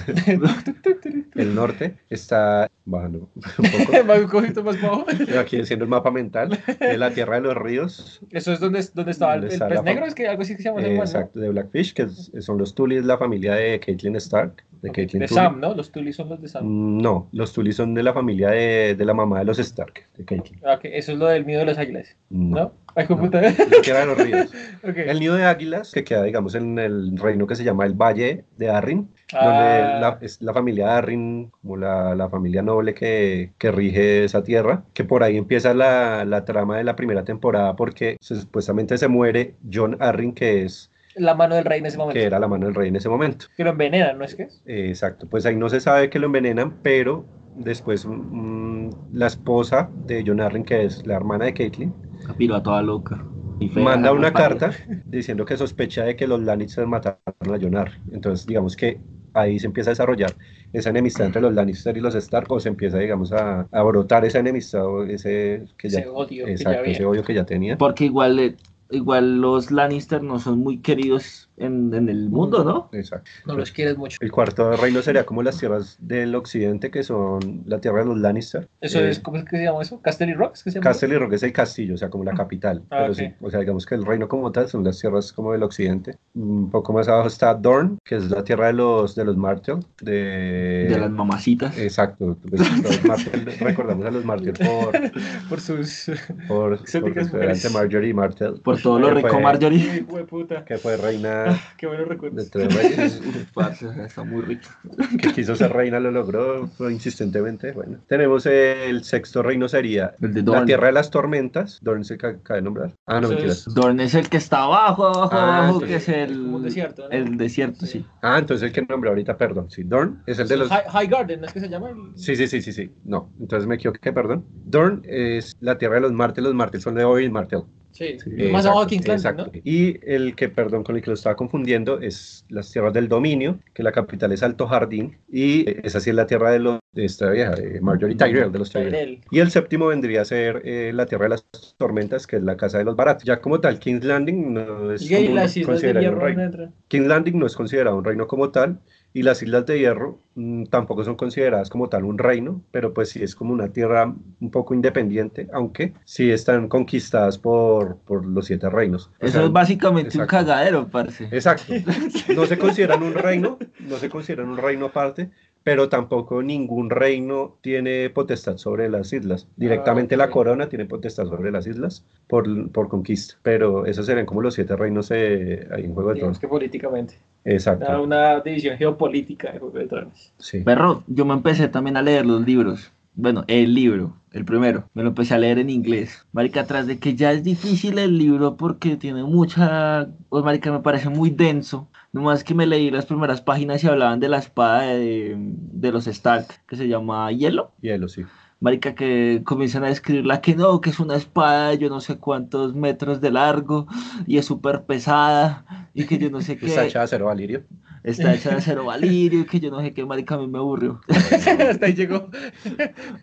Speaker 4: El norte está bajando un poco.
Speaker 2: Más un cojito más bajo.
Speaker 4: pero Aquí haciendo el mapa mental de la tierra de los ríos,
Speaker 2: Eso es donde, donde estaba el,
Speaker 4: ¿Dónde
Speaker 2: el
Speaker 4: está
Speaker 2: pez
Speaker 4: la
Speaker 2: negro,
Speaker 4: fam-
Speaker 2: es que algo así que se llama
Speaker 4: eh,
Speaker 2: ese man, ¿no?
Speaker 4: exacto, de Blackfish, que es- son los Tulis, la familia de Caitlyn Stark, de
Speaker 2: Ok,
Speaker 4: Caitlyn
Speaker 2: De
Speaker 4: Tully.
Speaker 2: Sam, ¿no? Los Tulis son los de Sam.
Speaker 4: Mm, No, los Tulis son de la familia de, de la mamá de los Stark, de Caitlyn.
Speaker 2: Ah, ok, Eso es lo del miedo de las águilas,
Speaker 4: No,
Speaker 2: ¿no? Ay, hijo de
Speaker 4: No.
Speaker 2: puta.
Speaker 4: la tierra de los ríos.
Speaker 2: Ok.
Speaker 4: El nido de águilas, que queda, digamos, en el reino que se llama el Valle de Arryn, donde
Speaker 2: Ah,
Speaker 4: la, es la familia Arryn, como la, la familia noble que, que rige esa tierra, que por ahí empieza la, la trama de la primera temporada, porque se- supuestamente se muere John Arryn, que, es,
Speaker 2: la mano del rey en ese
Speaker 4: que
Speaker 2: momento.
Speaker 4: era la mano del rey en ese momento.
Speaker 2: Que lo envenenan, ¿no es que?
Speaker 4: Eh, exacto, pues ahí no se sabe que lo envenenan, pero después mm, la esposa de John Arryn, que es la hermana de Caitlyn,
Speaker 5: La pirata toda loca. Y fea,
Speaker 4: manda
Speaker 5: la
Speaker 4: una
Speaker 5: pálida.
Speaker 4: carta diciendo que sospecha de que los Lannister mataron a Jonar. Entonces, digamos que ahí se empieza a desarrollar esa enemistad entre los Lannister y los Stark, o se empieza, digamos, a, a brotar esa enemistad, o ese, que ya,
Speaker 2: Ese odio que ya
Speaker 4: exacto,
Speaker 2: había.
Speaker 4: ese odio que ya tenía.
Speaker 5: Porque igual, eh, igual los Lannister no son muy queridos en, en el mundo, ¿no?
Speaker 4: Exacto.
Speaker 2: No los quieres mucho.
Speaker 4: El cuarto reino sería como las tierras del occidente, que son la tierra de los Lannister.
Speaker 2: Eso
Speaker 4: Eh,
Speaker 2: es, ¿cómo es que se llama eso? ¿Castelly Rock? ¿Es que se llama?
Speaker 4: Castle y Rock es el castillo, o sea, como la capital.
Speaker 2: Ah,
Speaker 4: pero
Speaker 2: ok.
Speaker 4: sí, o sea, digamos que el reino como tal son las tierras como del occidente. Un poco más abajo está Dorne, que es la tierra de los, de los Martel. De,
Speaker 5: de las mamacitas.
Speaker 4: Exacto. pues, los Martel, recordamos a los Martel por,
Speaker 2: Por sus...
Speaker 4: por, por
Speaker 2: Exóticas
Speaker 4: restaurante
Speaker 2: mujeres.
Speaker 4: Marjorie Martel,
Speaker 5: por todo lo
Speaker 4: que
Speaker 5: rico,
Speaker 4: fue-
Speaker 5: Marjorie.
Speaker 2: Hijo de puta.
Speaker 4: que fue reina
Speaker 2: Qué buenos
Speaker 4: de
Speaker 2: recuerdos.
Speaker 4: tres reyes,
Speaker 5: Parce, o sea, está muy rico.
Speaker 4: que quiso ser reina, lo logró fue insistentemente. Bueno, tenemos el sexto reino sería
Speaker 5: El de
Speaker 4: la
Speaker 5: Dorn.
Speaker 4: tierra de las tormentas. Dorne se ca- acaba de nombrar. Ah, no,
Speaker 2: Eso
Speaker 4: mentiras.
Speaker 2: es-
Speaker 5: Dorn es el que está abajo, abajo,
Speaker 4: Ah,
Speaker 5: abajo,
Speaker 4: sí.
Speaker 5: que es
Speaker 2: Es como un
Speaker 5: el
Speaker 2: desierto, ¿no?
Speaker 5: El desierto, sí.
Speaker 2: Sí.
Speaker 4: Ah, entonces el que nombré ahorita, perdón. Sí, Dorn es el de los.
Speaker 2: High, High Garden, ¿no es que se llama? El-
Speaker 4: Sí, sí, sí, sí, sí. No, entonces me equivoqué, perdón. Dorn es la tierra de los Martel. Los Martel son de hoy Martel.
Speaker 2: Sí.
Speaker 4: Sí,
Speaker 2: Más
Speaker 4: Eh, exacto,
Speaker 2: abajo de King's Landing,
Speaker 4: exacto.
Speaker 2: ¿no?
Speaker 4: Y el que, perdón, con el que lo estaba confundiendo es las tierras del dominio, que la capital es Alto Jardín. Y eh, esa sí es la tierra de, los, de esta vieja, de Marjorie Tyrell, de los Tyrell.
Speaker 2: Tyrell.
Speaker 4: Y el séptimo vendría a ser eh, la Tierra de las Tormentas, que es la casa de los Barat. Ya como tal, King's Landing no es
Speaker 2: Y ahí
Speaker 4: como
Speaker 2: las islas de
Speaker 4: considerado un
Speaker 2: hierro
Speaker 4: reino.
Speaker 2: no entran.
Speaker 4: King's Landing no es considerado un reino como tal y las Islas de Hierro mm, tampoco son consideradas como tal un reino, pero pues sí es como una tierra un poco independiente, aunque sí están conquistadas por, por los siete reinos. O
Speaker 5: Eso
Speaker 4: sea,
Speaker 5: es básicamente un
Speaker 4: exacto.
Speaker 5: cagadero, parce.
Speaker 4: Exacto. No se consideran un reino, no se consideran un reino aparte, pero tampoco ningún reino tiene potestad sobre las islas. Directamente
Speaker 2: Ah, ok.
Speaker 4: la corona tiene potestad sobre las islas por, por conquista, pero esos serían como los siete reinos eh, ahí en Juego de Tronos.
Speaker 2: Digamos que políticamente.
Speaker 4: Exacto.
Speaker 2: Era una división geopolítica de Juego de Tronos.
Speaker 4: Sí.
Speaker 5: Perro, yo me empecé también a leer los libros. Bueno, el libro, el primero. Me lo empecé a leer en inglés. Marica, atrás de que ya es difícil el libro porque tiene mucha. Pues, Marica, me parece muy denso. Nomás que me leí las primeras páginas y hablaban de la espada de, de los Stark, que se llama Hielo.
Speaker 4: Hielo, sí.
Speaker 5: Marica, que comienzan a describirla que no, que es una espada de yo no sé cuántos metros de largo y es súper pesada y que yo no sé qué.
Speaker 4: Está echada a cero Valirio.
Speaker 5: está hecha de acero valirio y que yo no sé qué. Marica, a mí me aburrió.
Speaker 2: Hasta ahí llegó.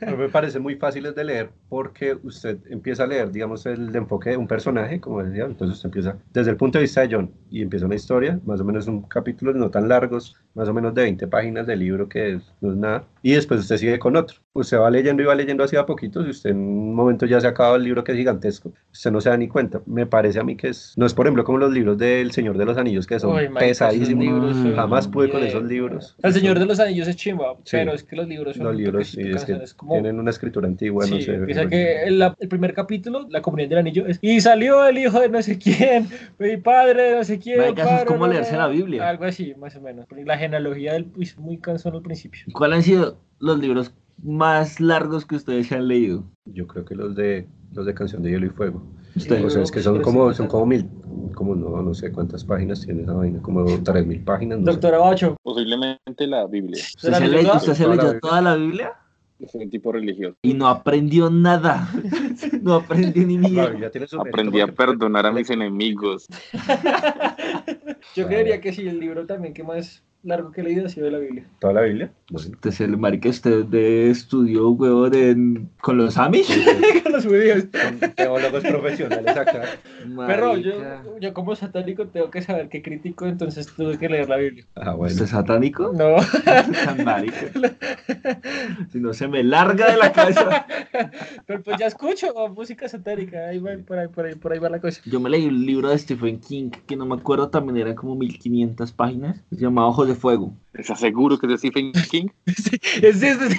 Speaker 4: Pero me parece muy fáciles de leer porque usted empieza a leer, digamos, el enfoque de un personaje, como decía, entonces usted empieza desde el punto de vista de John y empieza una historia, más o menos un capítulo no tan largos, más o menos de 20 páginas del libro que es- no es nada, y después usted sigue con otro. Usted va leyendo y va leyendo así a poquitos y usted en un momento ya se acaba el libro que es gigantesco, usted no se da ni cuenta. Me parece a mí que es, no es por ejemplo como los libros del Señor de los Anillos que son
Speaker 2: Uy, marica,
Speaker 4: pesadísimos,
Speaker 2: esos libros son
Speaker 4: jamás pude con
Speaker 2: mierda.
Speaker 4: esos libros.
Speaker 2: El Señor de los Anillos es chimba,
Speaker 4: Sí.
Speaker 2: pero es que los libros son
Speaker 4: Los
Speaker 2: un
Speaker 4: libros sí,
Speaker 2: toquecito
Speaker 4: es que
Speaker 2: cansón, es como-
Speaker 4: tienen una escritura antigua, no
Speaker 2: sí,
Speaker 4: sé.
Speaker 2: o sea que el, la- el primer capítulo, la comunidad del anillo, es y salió el hijo de no sé quién, mi padre de no sé quién.
Speaker 5: Marica, eso es
Speaker 2: padre,
Speaker 5: como
Speaker 2: no,
Speaker 5: leerse
Speaker 2: no,
Speaker 5: la Biblia.
Speaker 2: Algo así, más o menos. Pero La genealogía del pues, es muy cansón al principio.
Speaker 5: ¿Cuáles han sido los libros más largos que ustedes se han leído?
Speaker 4: Yo creo que los de los de Canción de Hielo y Fuego. Pues,
Speaker 5: Ustedes.
Speaker 4: O sea, es que son
Speaker 2: Pero
Speaker 4: como
Speaker 2: sí,
Speaker 4: son como mil, como no, no sé cuántas páginas tiene esa vaina, como tres mil páginas. No sé.
Speaker 2: Doctora Bacho,
Speaker 3: Posiblemente la Biblia.
Speaker 5: ¿Usted se,
Speaker 2: ¿La
Speaker 5: le-
Speaker 2: leyó toda?
Speaker 5: usted se
Speaker 4: Toda la
Speaker 5: leyó
Speaker 4: Biblia.
Speaker 5: toda la Biblia?
Speaker 3: Es un tipo religioso.
Speaker 5: Y no aprendió nada. No aprendió ni
Speaker 4: La
Speaker 5: mierda.
Speaker 4: Biblia tiene su mérito
Speaker 3: Aprendí a
Speaker 4: porque-
Speaker 3: perdonar a mis enemigos.
Speaker 2: yo creería que sí, el libro también que más largo que he leído ha sido la Biblia.
Speaker 4: Toda la Biblia. Bueno,
Speaker 5: Usted se le marica, usted de- estudió, huevón, en- con los Amish.
Speaker 2: Con los judíos.
Speaker 4: son teólogos profesionales acá.
Speaker 2: Pero
Speaker 5: Marica.
Speaker 2: yo, yo como satánico tengo que saber qué crítico, entonces tuve que leer la Biblia.
Speaker 4: Ah,
Speaker 5: ¿Usted
Speaker 4: bueno.
Speaker 5: es satánico?
Speaker 2: No.
Speaker 5: Tan marica. Si no se me larga de la cabeza.
Speaker 2: Pero pues ya escucho música satánica, ahí va, por ahí, por ahí, por ahí va la cosa.
Speaker 5: Yo me leí un libro de Stephen King que no me acuerdo, también era como 1500 páginas. Se llamaba Ojos de Fuego.
Speaker 3: ¿Estás seguro que es de Stephen King?
Speaker 2: Es, es, es,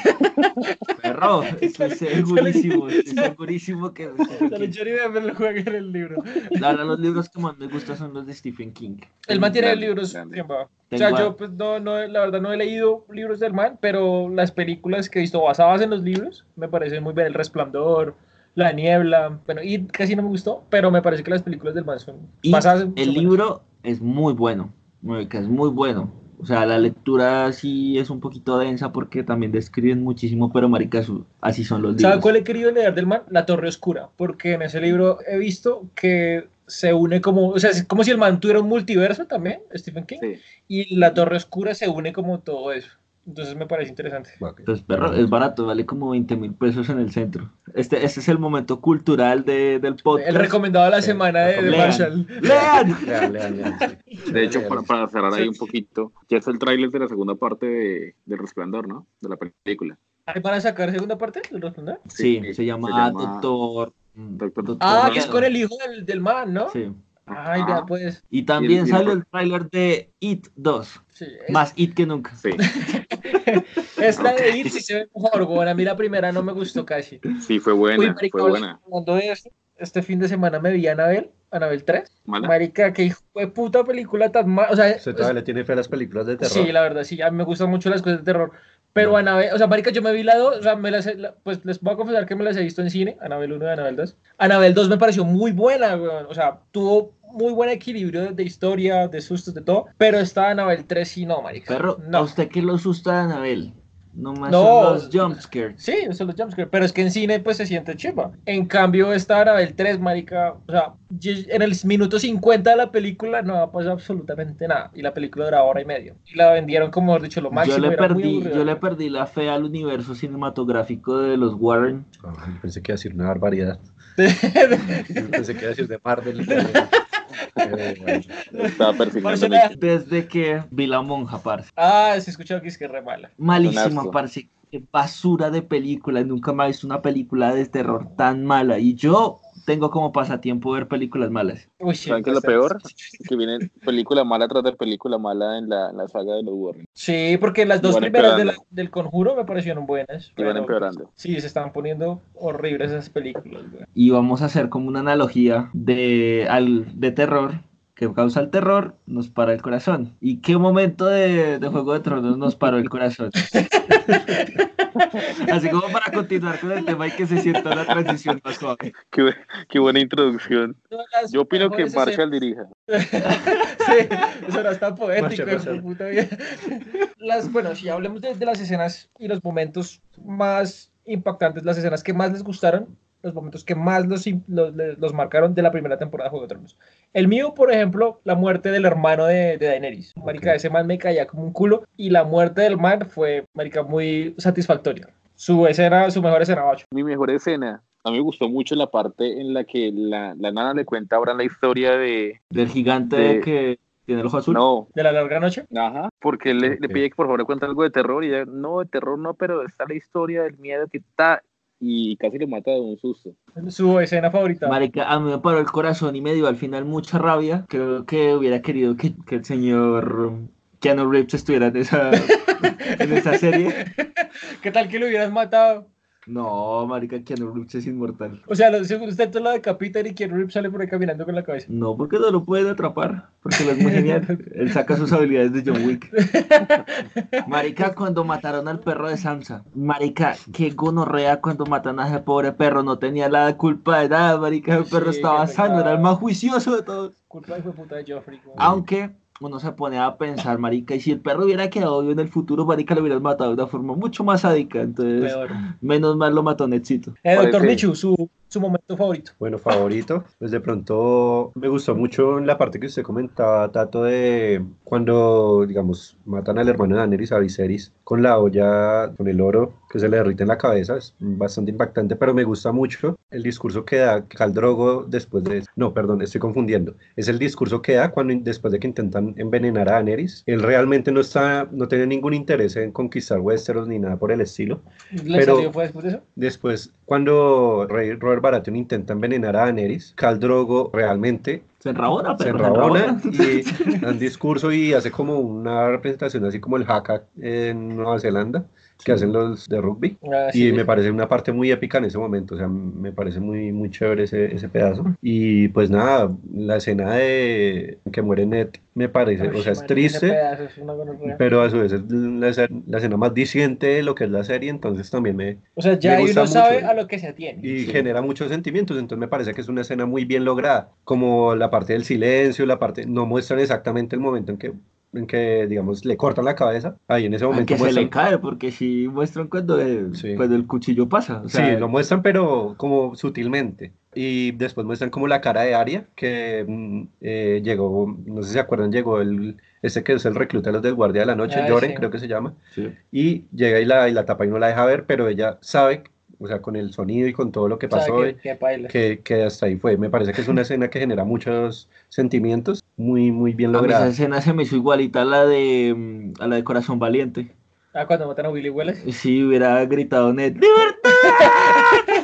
Speaker 5: Perro, estoy
Speaker 2: Sale- sale-
Speaker 5: segurísimo, estoy segurísimo que
Speaker 2: Sale Johnny Depp en el juego en el libro.
Speaker 5: Ahora los libros que más me gustan son los de Stephen King.
Speaker 2: El man tiene
Speaker 3: Grande,
Speaker 2: libros.
Speaker 3: grande.
Speaker 2: bien, va. O
Speaker 5: Tengo
Speaker 2: sea,
Speaker 5: a-
Speaker 2: yo pues no, no, la verdad no he leído libros del man, pero las películas que he visto basadas en los libros me parecen muy bien. El Resplandor, La Niebla, bueno, y casi no me gustó, pero me parece que las películas del man son
Speaker 5: Y
Speaker 2: basadas en... son
Speaker 5: el libro es muy bueno, marica, es muy bueno. O sea, la lectura sí es un poquito densa porque también describen muchísimo, pero marica, su- así son los
Speaker 2: buenas. ¿Sabe
Speaker 5: libros.
Speaker 2: cuál he querido leer del man? La Torre Oscura, porque en ese libro he visto que se une como, o sea, es como si el man tuviera un multiverso también, Stephen King,
Speaker 3: Sí.
Speaker 2: y la Torre Oscura se une como todo eso. Entonces me parece interesante.
Speaker 4: Ok.
Speaker 5: Pues perro, es barato, vale como 20 mil pesos en el centro. Este, este es el momento cultural de, del podcast.
Speaker 2: El recomendado de la
Speaker 4: Sí,
Speaker 2: semana de, de
Speaker 5: lean.
Speaker 2: Marshall.
Speaker 5: ¡Lean!
Speaker 4: Lean, lean, lean, sí.
Speaker 3: De hecho,
Speaker 4: Lean,
Speaker 3: para,
Speaker 4: sí.
Speaker 3: para cerrar ahí
Speaker 2: Sí.
Speaker 3: un poquito, ya es el tráiler de la segunda parte de, del Resplandor, ¿no? De la película.
Speaker 2: ¿Ahí ¿Van a sacar segunda parte? ¿Lo respondan?
Speaker 5: Sí, se llama, Doctor...
Speaker 3: Doctor-
Speaker 2: Ah,
Speaker 3: Tornado.
Speaker 2: que es con el hijo del, del man, ¿no?
Speaker 5: Sí. Ah.
Speaker 2: Ay,
Speaker 3: Ajá.
Speaker 2: ya pues.
Speaker 5: Y también
Speaker 3: Y el- y el-
Speaker 5: sale el tráiler de It 2.
Speaker 2: Sí, es-
Speaker 5: Más It que nunca.
Speaker 3: Sí,
Speaker 2: Esta de ir sí se ve mejor, weón. A mí la primera no me gustó casi.
Speaker 3: sí, fue buena,
Speaker 2: Uy, marica,
Speaker 3: fue buena.
Speaker 2: hablando de eso, este fin de semana me vi a Anabel, Anabel 3.
Speaker 3: Mala.
Speaker 2: Marica, qué hijo de puta película tan mala. O sea,
Speaker 4: Usted todavía le tiene fe a las películas de terror.
Speaker 2: sí, la verdad, sí, a mí me gustan mucho las cosas de terror. Pero Anabel, o sea, marica, yo me vi la 2, o sea, me las he- la- pues les voy a confesar que me las he visto en cine, Anabel 1 y Anabel 2. Anabel 2 me pareció muy buena, weón. O sea, tuvo muy buen equilibrio de, de historia, de sustos, de todo. Pero esta Anabel 3 sí, no, marica.
Speaker 5: Perro, ¿a
Speaker 2: no.
Speaker 5: usted qué lo asusta de Anabel? No más
Speaker 2: No.
Speaker 5: son los jumpscares.
Speaker 2: Sí, son los jumpscares, pero es que en cine pues se siente chiva. En cambio, esta Anabel 3, marica, o sea, ye- en el minuto 50 de la película no va a pasar absolutamente nada. Y la película duraba hora y media. Y la vendieron como, mejor dicho, lo máximo.
Speaker 5: Yo le,
Speaker 2: era muy
Speaker 5: perdí,
Speaker 2: aburrida.
Speaker 5: yo le perdí la fe al universo cinematográfico de los Warren.
Speaker 4: Ay, Ah, pensé que iba a decir una barbaridad. Pensé que iba a decir de Marvel. Eh, bueno.
Speaker 3: Estaba persiguiendo
Speaker 2: Marcela.
Speaker 3: en
Speaker 5: Desde que vi La Monja, parce.
Speaker 2: ah, se escuchó que es que es re mala.
Speaker 5: Malísima,
Speaker 3: Buenazo.
Speaker 5: parce. Qué basura de película. Nunca me he visto una película de terror tan mala. Y yo tengo como pasatiempo ver películas malas.
Speaker 2: Uy, pues,
Speaker 3: el- ¿Saben qué es lo peor? Que viene película mala tras de película mala en la, en la saga de los Warren.
Speaker 2: Sí, porque las dos
Speaker 3: Van
Speaker 2: primeras de la-
Speaker 3: empeorando.
Speaker 2: del conjuro me parecieron buenas.
Speaker 3: Y van
Speaker 2: pero- pues,
Speaker 3: empeorando.
Speaker 2: Sí, se están poniendo horribles esas películas, güey.
Speaker 5: y vamos a hacer como una analogía de, al, de terror que causa el terror, nos para el corazón. ¿Y qué momento de, de Juego de Tronos nos paró el corazón? Así como para continuar con el tema y que se sienta la transición más suave.
Speaker 3: Qué, bu- qué buena introducción.
Speaker 2: Todas las
Speaker 3: Yo opino que
Speaker 2: mejores
Speaker 3: Marshall dirija.
Speaker 2: Sí, eso no está poético.
Speaker 4: Marcha, marcha.
Speaker 2: hijo de puta vida. Las, bueno, si hablemos de, de las escenas y los momentos más impactantes, las escenas que más les gustaron, los momentos que más los, im- los, le- los marcaron de la primera temporada de Juego de Tronos. El mío, por ejemplo, la muerte del hermano de, de Daenerys. Marica,
Speaker 4: Ok.
Speaker 2: ese man me caía como un culo y la muerte del man fue, marica, muy satisfactoria. Su escena, su mejor escena, bacho.
Speaker 3: Mi mejor escena. A mí me gustó mucho la parte en la que la, la nana le cuenta ahora la historia de...
Speaker 5: Del gigante
Speaker 3: De-
Speaker 5: que tiene el ojo azul.
Speaker 3: No,
Speaker 2: De la larga noche.
Speaker 3: Ajá, porque él le, le
Speaker 4: Ok.
Speaker 3: pide que por favor le cuente algo de terror y ella, no, de terror no, pero está la historia del miedo que está y casi lo mata de un susto.
Speaker 2: Su escena favorita.
Speaker 5: Marica, a mí me paró el corazón y me dio al final mucha rabia. Creo que hubiera querido que, que el señor Keanu Reeves estuviera en esa, en esa serie.
Speaker 2: ¿Qué tal que lo hubieras matado?
Speaker 5: No, marica, Keanu Reeves es inmortal.
Speaker 2: O sea, lo, según usted lo decapitan y Keanu Reeves sale por ahí caminando con la cabeza.
Speaker 5: No, porque no lo pueden atrapar. Porque lo es muy genial. Él saca sus habilidades de John Wick. Marica, cuando mataron al perro de Sansa. Marica, qué gonorrea cuando matan a ese pobre perro. No tenía la culpa de nada, marica. El
Speaker 2: Sí,
Speaker 5: perro estaba
Speaker 2: qué
Speaker 5: sano, era el
Speaker 2: pecado.
Speaker 5: más juicioso de todos.
Speaker 2: Culpa de puta de Joffrey. güey.
Speaker 4: Ah,
Speaker 5: Aunque uno se pone a pensar, marica, y si el perro hubiera quedado vivo en el futuro, marica, lo hubieran matado de una forma mucho más sádica.
Speaker 4: pues,
Speaker 5: Entonces,
Speaker 2: Peor.
Speaker 4: mm,
Speaker 5: menos mal lo mató Nexito.
Speaker 2: Eh, doctor
Speaker 3: Parece-
Speaker 2: Michu, su, su momento favorito.
Speaker 4: Bueno, favorito, pues de pronto me gustó mucho la parte que usted comentaba, Tato, de cuando, digamos, matan al hermano de Daenerys, a Viserys, con la olla, con el oro que se le derrite en la cabeza, es bastante impactante, pero me gusta mucho el discurso que da Khal Drogo después de... No, perdón, estoy confundiendo. Es el discurso que da cuando, después de que intentan envenenar a Daenerys, él realmente no está, no tiene ningún interés en conquistar Westeros ni nada por el estilo,
Speaker 2: ¿Le
Speaker 4: Pero-
Speaker 2: salió fue después de eso?
Speaker 4: Después, cuando Rey Robert Baratheon intenta envenenar a Daenerys, Khal Drogo realmente
Speaker 5: Se enrabona,
Speaker 4: se
Speaker 5: Ah, pero
Speaker 4: enrabona y da un discurso y hace como una representación así como el haka en Nueva Zelanda que hacen los de rugby.
Speaker 2: Ah,
Speaker 4: Y
Speaker 2: sí.
Speaker 4: me parece una parte muy épica en ese momento, o sea, me parece muy, muy chévere ese, ese pedazo. Y pues nada, la escena de que muere Ned me parece,
Speaker 2: Ay,
Speaker 4: o sea, es
Speaker 2: marica,
Speaker 4: triste,
Speaker 2: pedazos, es una gonorrea.
Speaker 4: pero a su vez es la, escena- la escena más disidente de lo que es la serie, entonces también me,
Speaker 2: o sea, ya
Speaker 4: me
Speaker 2: ahí
Speaker 4: gusta
Speaker 2: uno sabe
Speaker 4: mucho.
Speaker 2: a lo que se atiene.
Speaker 4: y
Speaker 5: Sí.
Speaker 4: genera muchos sentimientos, entonces me parece que es una escena muy bien lograda, como la parte del silencio, la parte, no muestran exactamente el momento en que en que, digamos, le cortan la cabeza, ahí en ese momento
Speaker 5: Aunque se
Speaker 4: muestran-
Speaker 5: le cae, porque si muestran cuando el,
Speaker 4: Sí.
Speaker 5: cuando el cuchillo pasa. O sea,
Speaker 4: sí, lo muestran, pero como sutilmente. Y después muestran como la cara de Aria, que mm, eh, llegó, no sé si se acuerdan, llegó el, ese que es el recluta de los del Guardia de la Noche,
Speaker 2: Ah,
Speaker 4: Joren,
Speaker 2: sí.
Speaker 4: creo que se llama,
Speaker 5: sí.
Speaker 4: y llega y la, y la tapa y no la deja ver, pero ella sabe, o sea, con el sonido y con todo lo que pasó,
Speaker 2: O sea, que, que baila.
Speaker 4: que, que hasta ahí fue. Me parece que es una escena que genera muchos sentimientos, muy, muy bien
Speaker 5: A mí esa
Speaker 4: lograda.
Speaker 5: escena se me hizo igualita a la de, mm, a la de Corazón Valiente.
Speaker 2: Ah, cuando matan a Willy Wallace.
Speaker 5: Si hubiera gritado Ned, ¡Libertad!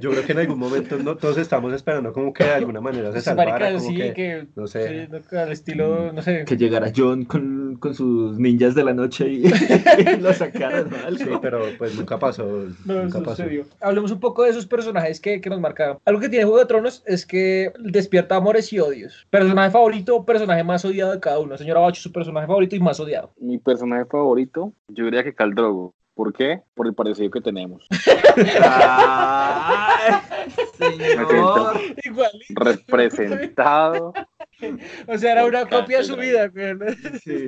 Speaker 4: Yo creo que en algún momento no, todos estamos esperando como que de alguna manera se
Speaker 2: Pues,
Speaker 4: salvara,
Speaker 2: marica,
Speaker 4: como
Speaker 2: sí,
Speaker 4: que, Mm,
Speaker 2: que,
Speaker 4: no
Speaker 2: sí,
Speaker 4: sé,
Speaker 2: no, al estilo, no sé.
Speaker 5: Que llegara John con, con sus ninjas de la noche y, y lo sacaran. ¿no? Algo.
Speaker 4: sí, pero pues nunca pasó,
Speaker 2: No,
Speaker 4: nunca
Speaker 2: eso
Speaker 4: pasó.
Speaker 2: sucedió. Hablemos un poco de esos personajes que, que nos marcaron. Algo que tiene Juego de Tronos es que despierta amores y odios. Personaje favorito o personaje más odiado de cada uno. Señora Bacho, su personaje favorito y más odiado.
Speaker 3: Mi personaje favorito, yo diría que Caldrogo. ¿Por qué? Por el parecido que tenemos.
Speaker 5: Ay, señor.
Speaker 2: Igual.
Speaker 3: Representado.
Speaker 2: O sea, era una
Speaker 3: Exacto,
Speaker 2: copia de su
Speaker 3: grande.
Speaker 2: vida. ¿verdad?
Speaker 5: Sí.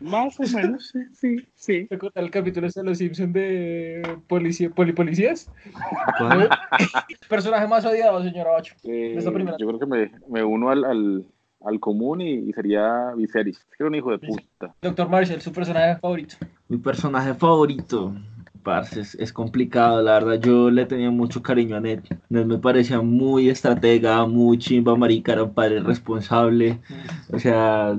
Speaker 3: Más o menos, sí, sí, sí.
Speaker 2: Recuerda El capítulo este de los Simpsons de policía, polipolicías.
Speaker 5: ¿Cuál?
Speaker 2: Personaje más odiado, señora Bacho.
Speaker 3: Eh,
Speaker 2: Esta primera.
Speaker 3: yo creo que me, me uno al, al, al común y, y sería Viserys. Es que era un hijo de puta.
Speaker 2: Doctor Marshall, su personaje favorito.
Speaker 5: Mi personaje favorito. Parce, es, es complicado, la verdad. Yo le tenía mucho cariño a Ned. Ned me parecía muy estratega, muy chimba, marica, era un padre responsable. O sea,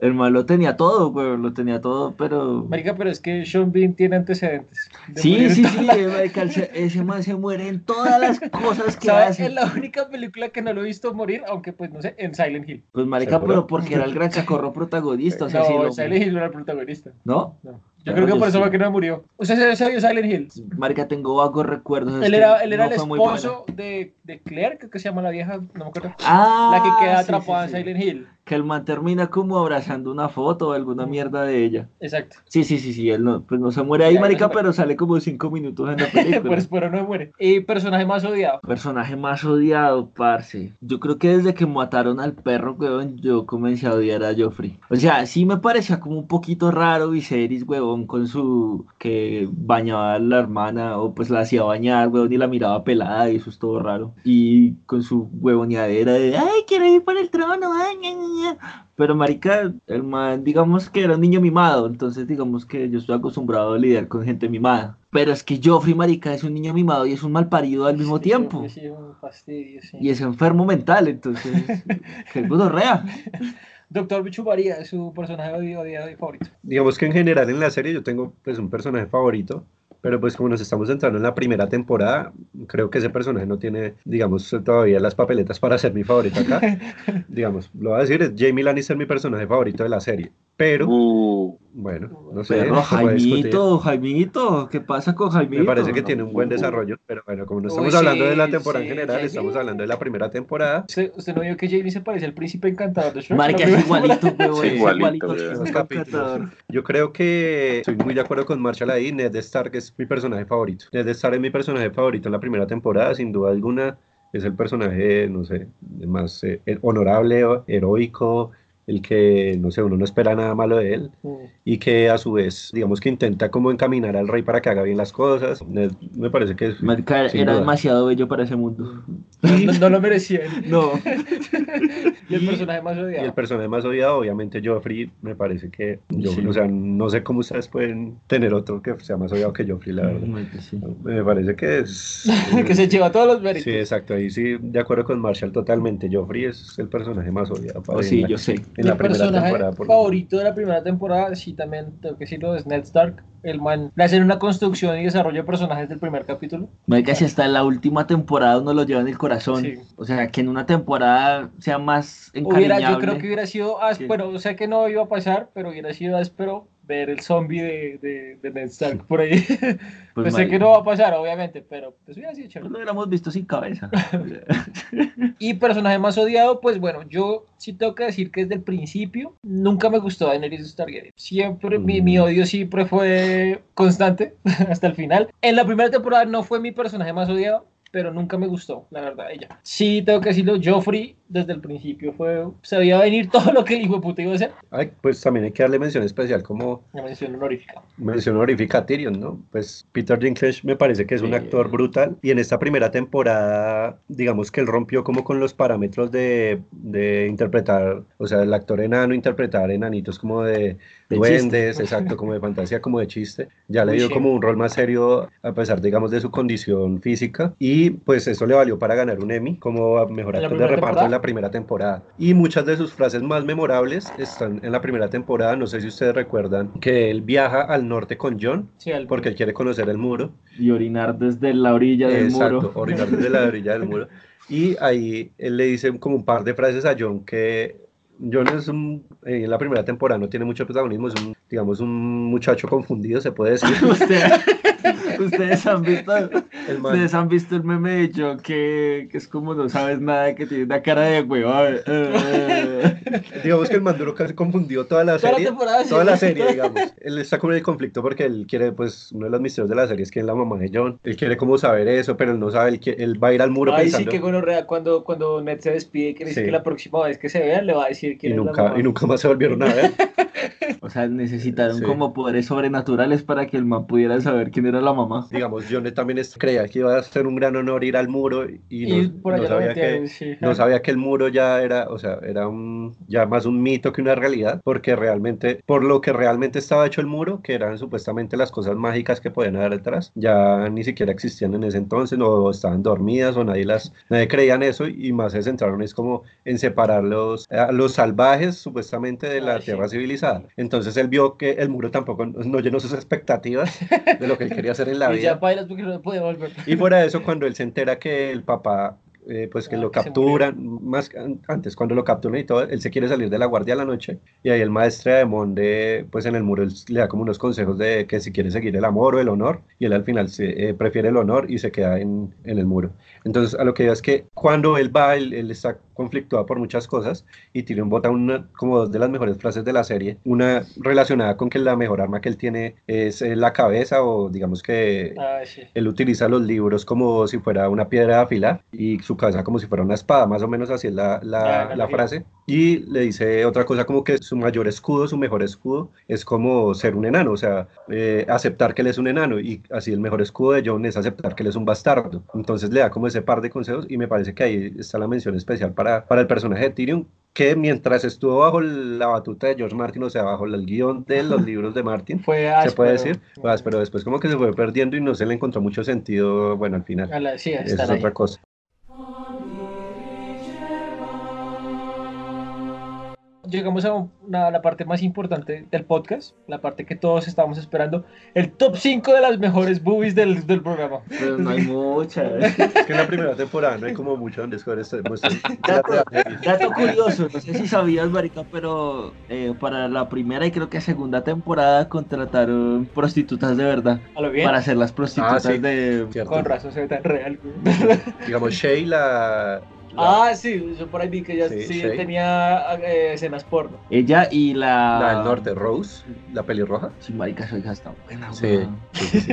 Speaker 5: el man lo tenía todo, güey, lo tenía todo, pero.
Speaker 2: Marica, pero es que Sean Bean tiene antecedentes. de
Speaker 5: Sí,
Speaker 2: morir
Speaker 5: sí,
Speaker 2: en
Speaker 5: sí, eh, marica, ese, ese man se muere en todas las cosas que
Speaker 2: ¿Sabes? Es
Speaker 5: hace.
Speaker 2: la única película que no lo he visto morir, aunque pues no sé, en Silent Hill.
Speaker 5: Pues, marica,
Speaker 4: ¿Seguro?
Speaker 5: pero porque era el gran chacorro protagonista, o sea,
Speaker 2: no,
Speaker 5: sí lo-
Speaker 2: Silent Hill no era el protagonista.
Speaker 5: ¿No?
Speaker 2: No. Yo
Speaker 5: Claro,
Speaker 2: creo que
Speaker 5: yo
Speaker 2: por eso
Speaker 5: sí.
Speaker 2: fue que no murió. ¿Usted se, se vio Silent Hill?
Speaker 5: Marica, tengo vagos recuerdos. es
Speaker 2: Él
Speaker 5: que
Speaker 2: era, él era
Speaker 5: no
Speaker 2: el
Speaker 5: fue muy buena.
Speaker 2: esposo de, de Claire, creo que se llama la vieja, no me acuerdo.
Speaker 5: Ah,
Speaker 2: la que queda
Speaker 5: sí, sí,
Speaker 2: atrapada
Speaker 5: sí.
Speaker 2: en Silent Hill.
Speaker 5: Que el man termina como abrazando una foto o alguna mierda de ella.
Speaker 2: Exacto.
Speaker 5: Sí, sí, sí, sí, él no, pues no se muere
Speaker 2: Ahí
Speaker 5: ahí,
Speaker 2: no se
Speaker 5: marica,
Speaker 2: muere.
Speaker 5: pero sale como cinco minutos en la
Speaker 2: Por
Speaker 5: película.
Speaker 2: pero no muere. ¿Y personaje más odiado?
Speaker 5: Personaje más odiado, parce. Yo creo que desde que mataron al perro, weón, yo comencé a odiar a Joffrey. O sea, sí me parecía como un poquito raro Viserys, weón, con su... que bañaba a la hermana, o pues la hacía bañar, weón, y la miraba pelada, y eso es todo raro. Y con su huevoneadera de, ay, quiero ir por el trono, ay, ña, ña, ña". Pero marica, el man, digamos que era un niño mimado, entonces digamos que yo estoy acostumbrado a lidiar con gente mimada. Pero es que Joffrey, marica, es un niño mimado y es un mal parido al mismo
Speaker 2: Sí,
Speaker 5: tiempo.
Speaker 2: yo- sí, un fastidio, sí.
Speaker 5: Y es enfermo mental, entonces, que gonorrea.
Speaker 2: Doctor Bichubaría es su personaje odi- odiado y favorito.
Speaker 4: digamos que en general en la serie yo tengo pues un personaje favorito, pero pues como nos estamos entrando en la primera temporada, creo que ese personaje no tiene, digamos, todavía las papeletas para ser mi favorito acá. digamos, lo voy a decir, es Jamie Lannister mi personaje favorito de la serie, pero
Speaker 3: Uh,
Speaker 4: bueno, no sé,
Speaker 5: Pero
Speaker 4: se puede discutir.
Speaker 5: Jaimito, Jaimito, ¿qué pasa con Jaimito?
Speaker 4: Me parece que
Speaker 5: No.
Speaker 4: tiene un buen desarrollo, pero bueno, como no
Speaker 2: Uy,
Speaker 4: estamos hablando de la
Speaker 2: sí,
Speaker 4: temporada en
Speaker 2: sí,
Speaker 4: general,
Speaker 2: sí.
Speaker 4: estamos hablando de la primera temporada.
Speaker 2: ¿Usted, usted no vio que Jamie se parece al príncipe encantador de Shrek?
Speaker 5: Marica,
Speaker 2: La
Speaker 5: es
Speaker 2: primera
Speaker 5: igualito,
Speaker 2: temporada.
Speaker 5: weón.
Speaker 3: Sí,
Speaker 5: es
Speaker 3: igualito,
Speaker 5: igualito,
Speaker 3: weón.
Speaker 5: es un
Speaker 4: Capítulos.
Speaker 5: encantador.
Speaker 4: Yo creo que estoy muy de acuerdo con Marshall ahí. Ned Stark es mi personaje favorito. Ned Stark es mi personaje favorito en la primera temporada, sin duda alguna. Es el personaje, no sé, más eh, honorable, o- heroico, el que, no sé, uno no espera nada malo de él
Speaker 2: Mm.
Speaker 4: y que a su vez, digamos que intenta como encaminar al rey para que haga bien las cosas. Ned, me parece que es...
Speaker 5: Marica,
Speaker 4: Sin
Speaker 5: era
Speaker 4: duda.
Speaker 5: demasiado bello para ese mundo.
Speaker 2: No, no lo merecía.
Speaker 5: No.
Speaker 2: Y el
Speaker 4: Y-
Speaker 2: personaje más
Speaker 4: Y el
Speaker 2: odiado.
Speaker 4: personaje más odiado, obviamente, Joffrey, me parece que... yo-
Speaker 5: Sí.
Speaker 4: O sea, no sé cómo ustedes pueden tener otro que sea más odiado que Joffrey, la verdad.
Speaker 5: Marica, sí.
Speaker 4: Me parece que es... eh,
Speaker 2: que se lleva todos los méritos.
Speaker 4: Sí, exacto, ahí sí, de acuerdo con Marshall totalmente. Joffrey es el personaje más odiado para
Speaker 5: Oh,
Speaker 4: mí en
Speaker 5: sí,
Speaker 4: la-
Speaker 5: yo sé.
Speaker 4: en la
Speaker 2: Mi
Speaker 4: primera
Speaker 2: personaje
Speaker 4: temporada. por lo
Speaker 2: favorito de la primera temporada, sí, también tengo que decirlo, es Ned Stark. El man le hacen una construcción y desarrollo de personajes del primer capítulo.
Speaker 5: Marica, si hasta la última temporada uno lo lleva en el corazón.
Speaker 2: Sí.
Speaker 5: O sea, que en una temporada sea más
Speaker 2: Hubiera,
Speaker 5: encariñable.
Speaker 2: yo creo que hubiera sido ás-
Speaker 5: Sí.
Speaker 2: bueno, sé que no iba a pasar, pero hubiera sido áspero ver el zombie de, de, de Ned Stark por ahí. Pues
Speaker 5: Pues,
Speaker 2: sé que
Speaker 5: marica,
Speaker 2: no va a pasar, obviamente, pero pues hubiera sido
Speaker 5: pues
Speaker 2: chévere.
Speaker 5: lo hubiéramos visto sin cabeza.
Speaker 2: Y personaje más odiado, pues bueno, yo sí tengo que decir que desde el principio nunca me gustó Daenerys Targaryen. Siempre mi, mi
Speaker 5: Mm.
Speaker 2: odio siempre fue constante hasta el final. En la primera temporada no fue mi personaje más odiado. pero nunca me gustó, la verdad, ella. Sí, tengo que decirlo, Joffrey desde el principio fue, sabía venir todo lo que el hijo de puta iba a hacer.
Speaker 4: Ay, pues también hay que darle mención especial como
Speaker 2: La mención honorífica.
Speaker 4: mención honorífica a Tyrion, ¿no? Pues Peter Dinklage me parece que es un
Speaker 5: Sí.
Speaker 4: actor brutal y en esta primera temporada, digamos que él rompió como con los parámetros de, de interpretar, o sea, el actor enano interpretar enanitos como de,
Speaker 5: De
Speaker 4: duendes, exacto, como de fantasía, como de chiste. Ya le
Speaker 2: Muy
Speaker 4: dio
Speaker 2: chévere.
Speaker 4: como un rol más serio a pesar, digamos, de su condición física y pues eso le valió para ganar un Emmy como mejor
Speaker 2: ¿En la
Speaker 4: actor de
Speaker 2: primera
Speaker 4: reparto
Speaker 2: temporada?
Speaker 4: en la primera temporada. Y muchas de sus frases más memorables están en la primera temporada, no sé si ustedes recuerdan, que él viaja al norte con John
Speaker 2: Sí, al-
Speaker 4: porque él quiere conocer el muro.
Speaker 5: Y orinar desde la orilla del
Speaker 4: Exacto,
Speaker 5: muro.
Speaker 4: orinar desde la orilla del muro. Y ahí él le dice como un par de frases a John que John es un, eh, en la primera temporada no tiene mucho protagonismo, es un, digamos, un muchacho confundido, se puede decir.
Speaker 5: Ustedes- ustedes han visto
Speaker 4: El man-
Speaker 5: Ustedes han visto el meme de John que, que es como no sabes nada, que tiene una cara de huevón. eh.
Speaker 4: digamos que el man duro casi confundió toda la
Speaker 2: Toda la
Speaker 4: serie.
Speaker 2: temporada, sí.
Speaker 4: toda la serie, digamos. Él está con el conflicto porque él quiere, pues, uno de los misterios de la serie es que es la mamá de John. Él quiere como saber eso, pero él no sabe, él, qui- él va a ir al muro
Speaker 2: Ay, sí,
Speaker 4: pensando.
Speaker 2: que gonorrea cuando, cuando Ned se despide, que le dice
Speaker 4: Sí.
Speaker 2: que la próxima vez que se vean le va a decir
Speaker 4: y
Speaker 2: quién es la
Speaker 4: nunca,
Speaker 2: mamá.
Speaker 4: y nunca más se volvieron a ver.
Speaker 5: O sea, necesitaron
Speaker 4: Sí.
Speaker 5: como poderes sobrenaturales para que el man pudiera saber quién era la mamá.
Speaker 4: digamos, John también es- creía que iba a ser un gran honor ir al muro y no,
Speaker 2: Y por
Speaker 4: no
Speaker 2: allá lo
Speaker 4: sabía que,
Speaker 2: metieron, sí.
Speaker 4: no sabía que el muro ya era, o sea, era un, ya más un mito que una realidad, porque realmente, por lo que realmente estaba hecho el muro, que eran supuestamente las cosas mágicas que podían haber detrás, ya ni siquiera existían en ese entonces, o estaban dormidas, o nadie las, nadie creía en eso, y más se centraron es como en separar los, a los salvajes supuestamente de la
Speaker 2: Ay, sí.
Speaker 4: tierra civilizada. Entonces él vio que el muro tampoco no llenó sus expectativas de lo que él quería hacer en la
Speaker 2: Y ya
Speaker 4: vida.
Speaker 2: bailas porque no podía volver.
Speaker 4: Y fuera de eso, cuando él se entera que el papá, eh, pues que
Speaker 2: Ah,
Speaker 4: lo
Speaker 2: que se
Speaker 4: capturan, más que an- antes, cuando lo capturan y todo, él se quiere salir de la guardia a la noche. Y ahí el maestre de Monde, pues en el muro, él le da como unos consejos de que si quiere seguir el amor o el honor. Y él al final se, eh, prefiere el honor y se queda en, en el muro. Entonces, a lo que veo es que cuando él va, él, él está conflictuado por muchas cosas. Y Tyrion bota una, como dos de las mejores frases de la serie. Una relacionada con que la mejor arma que él tiene es eh, la cabeza, o digamos que
Speaker 2: Ay, Ah, sí.
Speaker 4: él utiliza los libros como si fuera una piedra de afilar y su cabeza como si fuera una espada, más o menos así es la, la-
Speaker 2: Ya, ya
Speaker 4: la
Speaker 2: lo vi.
Speaker 4: frase. Y le dice otra cosa como que su mayor escudo, su mejor escudo, es como ser un enano, o sea, eh, aceptar que él es un enano. Y así el mejor escudo de John es aceptar que él es un bastardo. Entonces le da como ese par de consejos y me parece que ahí está la mención especial para, para el personaje de Tyrion que mientras estuvo bajo la batuta de George Martin, o sea, bajo el guión de los libros de Martin,
Speaker 2: Fue
Speaker 4: se
Speaker 2: áspero.
Speaker 4: puede decir, Pues, pero después como que se fue perdiendo y no se le encontró mucho sentido, bueno, al final.
Speaker 2: A la- sí, a
Speaker 4: Esa
Speaker 2: estar
Speaker 4: es
Speaker 2: ahí.
Speaker 4: otra cosa.
Speaker 2: Llegamos a, una- a la parte más importante del podcast, la parte que todos estábamos esperando, el top 5 de las mejores boobies del, del programa.
Speaker 5: Pero no hay muchas.
Speaker 4: Es que en la primera temporada no hay como mucho donde escoger este- pues,
Speaker 5: Dato,
Speaker 4: la- la-
Speaker 5: dato curioso, no sé si sabías, Marica, pero eh, para la primera y creo que segunda temporada contrataron prostitutas de verdad
Speaker 2: A lo bien.
Speaker 5: para ser las prostitutas
Speaker 4: Ah, sí.
Speaker 5: de.
Speaker 4: ¿cierto?
Speaker 2: Con razón se ve tan real. güey.
Speaker 4: Digamos, Shay la... la-
Speaker 2: ah, sí, yo por ahí vi que ya
Speaker 4: Sí,
Speaker 2: sí,
Speaker 4: sí.
Speaker 2: tenía eh, escenas porno.
Speaker 5: Ella y la.
Speaker 4: la del norte, Rose, la pelirroja.
Speaker 5: Sí, marica, soy hija está buena,
Speaker 4: Sí.
Speaker 5: weón.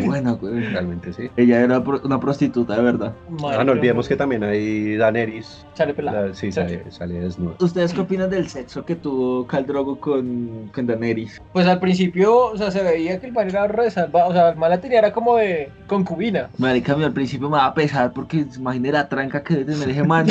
Speaker 5: Buena, weón.
Speaker 4: Realmente sí.
Speaker 5: Ella era pro- una prostituta, de verdad.
Speaker 4: Ah,
Speaker 2: Madre,
Speaker 4: no olvidemos que
Speaker 2: pero-
Speaker 4: también hay Daenerys.
Speaker 2: Sale pelada.
Speaker 4: la- sí, sale, sale desnuda.
Speaker 5: ¿Ustedes qué opinan del sexo que tuvo Khal Drogo con, con Daenerys?
Speaker 2: Pues al principio, o sea, se veía que el man era resalvado, o sea, el man la tenía era como de concubina.
Speaker 5: Marica, a mí al principio me va a pesar porque imagínate la tranca que debe tener ese man.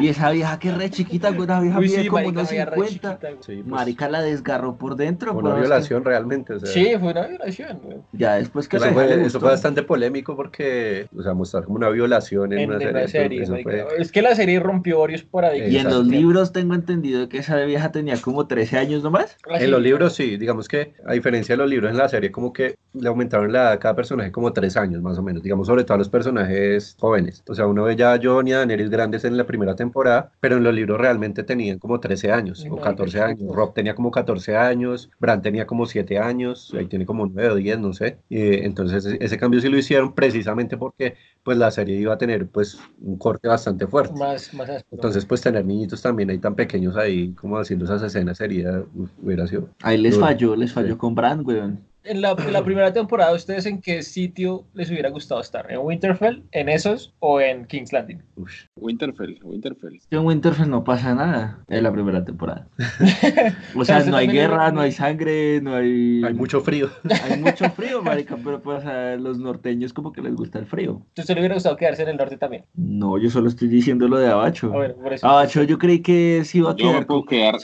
Speaker 5: y esa vieja que es re chiquita, güey, una vieja
Speaker 2: Uy,
Speaker 5: mide
Speaker 2: sí,
Speaker 5: como
Speaker 2: marica,
Speaker 5: unos
Speaker 2: me veía re
Speaker 5: 50.
Speaker 2: chiquita, güey.
Speaker 4: Sí, pues,
Speaker 5: Marica la desgarró por dentro.
Speaker 4: una
Speaker 5: weón, es que-
Speaker 4: violación realmente. o sea,
Speaker 2: Sí, fue una violación. güey.
Speaker 5: Ya después que
Speaker 4: Eso
Speaker 5: la vieja
Speaker 4: fue,
Speaker 5: le
Speaker 4: eso
Speaker 5: gustó.
Speaker 4: fue bastante polémico porque, o sea, mostrar como una violación en,
Speaker 2: en,
Speaker 4: una
Speaker 2: en
Speaker 4: serie.
Speaker 2: la
Speaker 4: entonces,
Speaker 2: serie.
Speaker 4: eso
Speaker 2: marica.
Speaker 4: fue-
Speaker 2: Es que la serie rompió varios paradigmas.
Speaker 5: Y en los
Speaker 4: Exacto.
Speaker 5: libros tengo entendido que esa vieja tenía como 13 años nomás.
Speaker 2: Así.
Speaker 4: En los libros sí, digamos que a diferencia de los libros en la serie, como que le aumentaron la edad a cada personaje como tres años más o menos, digamos sobre todo a los personajes jóvenes. O sea, uno ve ya a John y a Daenerys grandes en la primera temporada, pero en los libros realmente tenían como 13 años o
Speaker 2: Ay,
Speaker 4: 14
Speaker 2: qué
Speaker 4: años.
Speaker 2: chicos.
Speaker 4: Rob tenía como 14 años, Bran tenía como 7 años, ahí tiene como 9 o 10, no sé. Eh, entonces ese- ese cambio sí lo hicieron precisamente porque pues la serie iba a tener pues un corte bastante fuerte.
Speaker 2: Más, más áspero.
Speaker 4: Entonces pues tener niñitos también ahí tan pequeños ahí como haciendo esas escenas sería, uf, hubiera sido
Speaker 5: Ahí les
Speaker 4: Duro.
Speaker 5: falló, les falló
Speaker 4: Sí.
Speaker 5: con Bran, weón.
Speaker 2: en la, en la primera temporada, ¿ustedes en qué sitio les hubiera gustado estar? ¿En Winterfell, en esos o en King's Landing?
Speaker 4: Ush.
Speaker 3: Winterfell, Winterfell.
Speaker 5: En Winterfell no pasa nada en la primera temporada. O sea,
Speaker 2: Eso
Speaker 5: no hay
Speaker 2: también es
Speaker 5: guerra,
Speaker 2: verdad.
Speaker 5: no hay sangre, no hay...
Speaker 4: Hay mucho frío.
Speaker 5: hay mucho frío, marica, pero pues a los norteños como que les gusta el frío.
Speaker 2: ¿Usted le hubiera gustado quedarse en el norte también?
Speaker 5: No, yo solo estoy diciendo lo de Abacho.
Speaker 2: Ah, bueno, por eso.
Speaker 5: Abacho yo creí que sí iba a
Speaker 3: Yo me
Speaker 5: quedar
Speaker 3: puedo
Speaker 5: con-
Speaker 3: quedar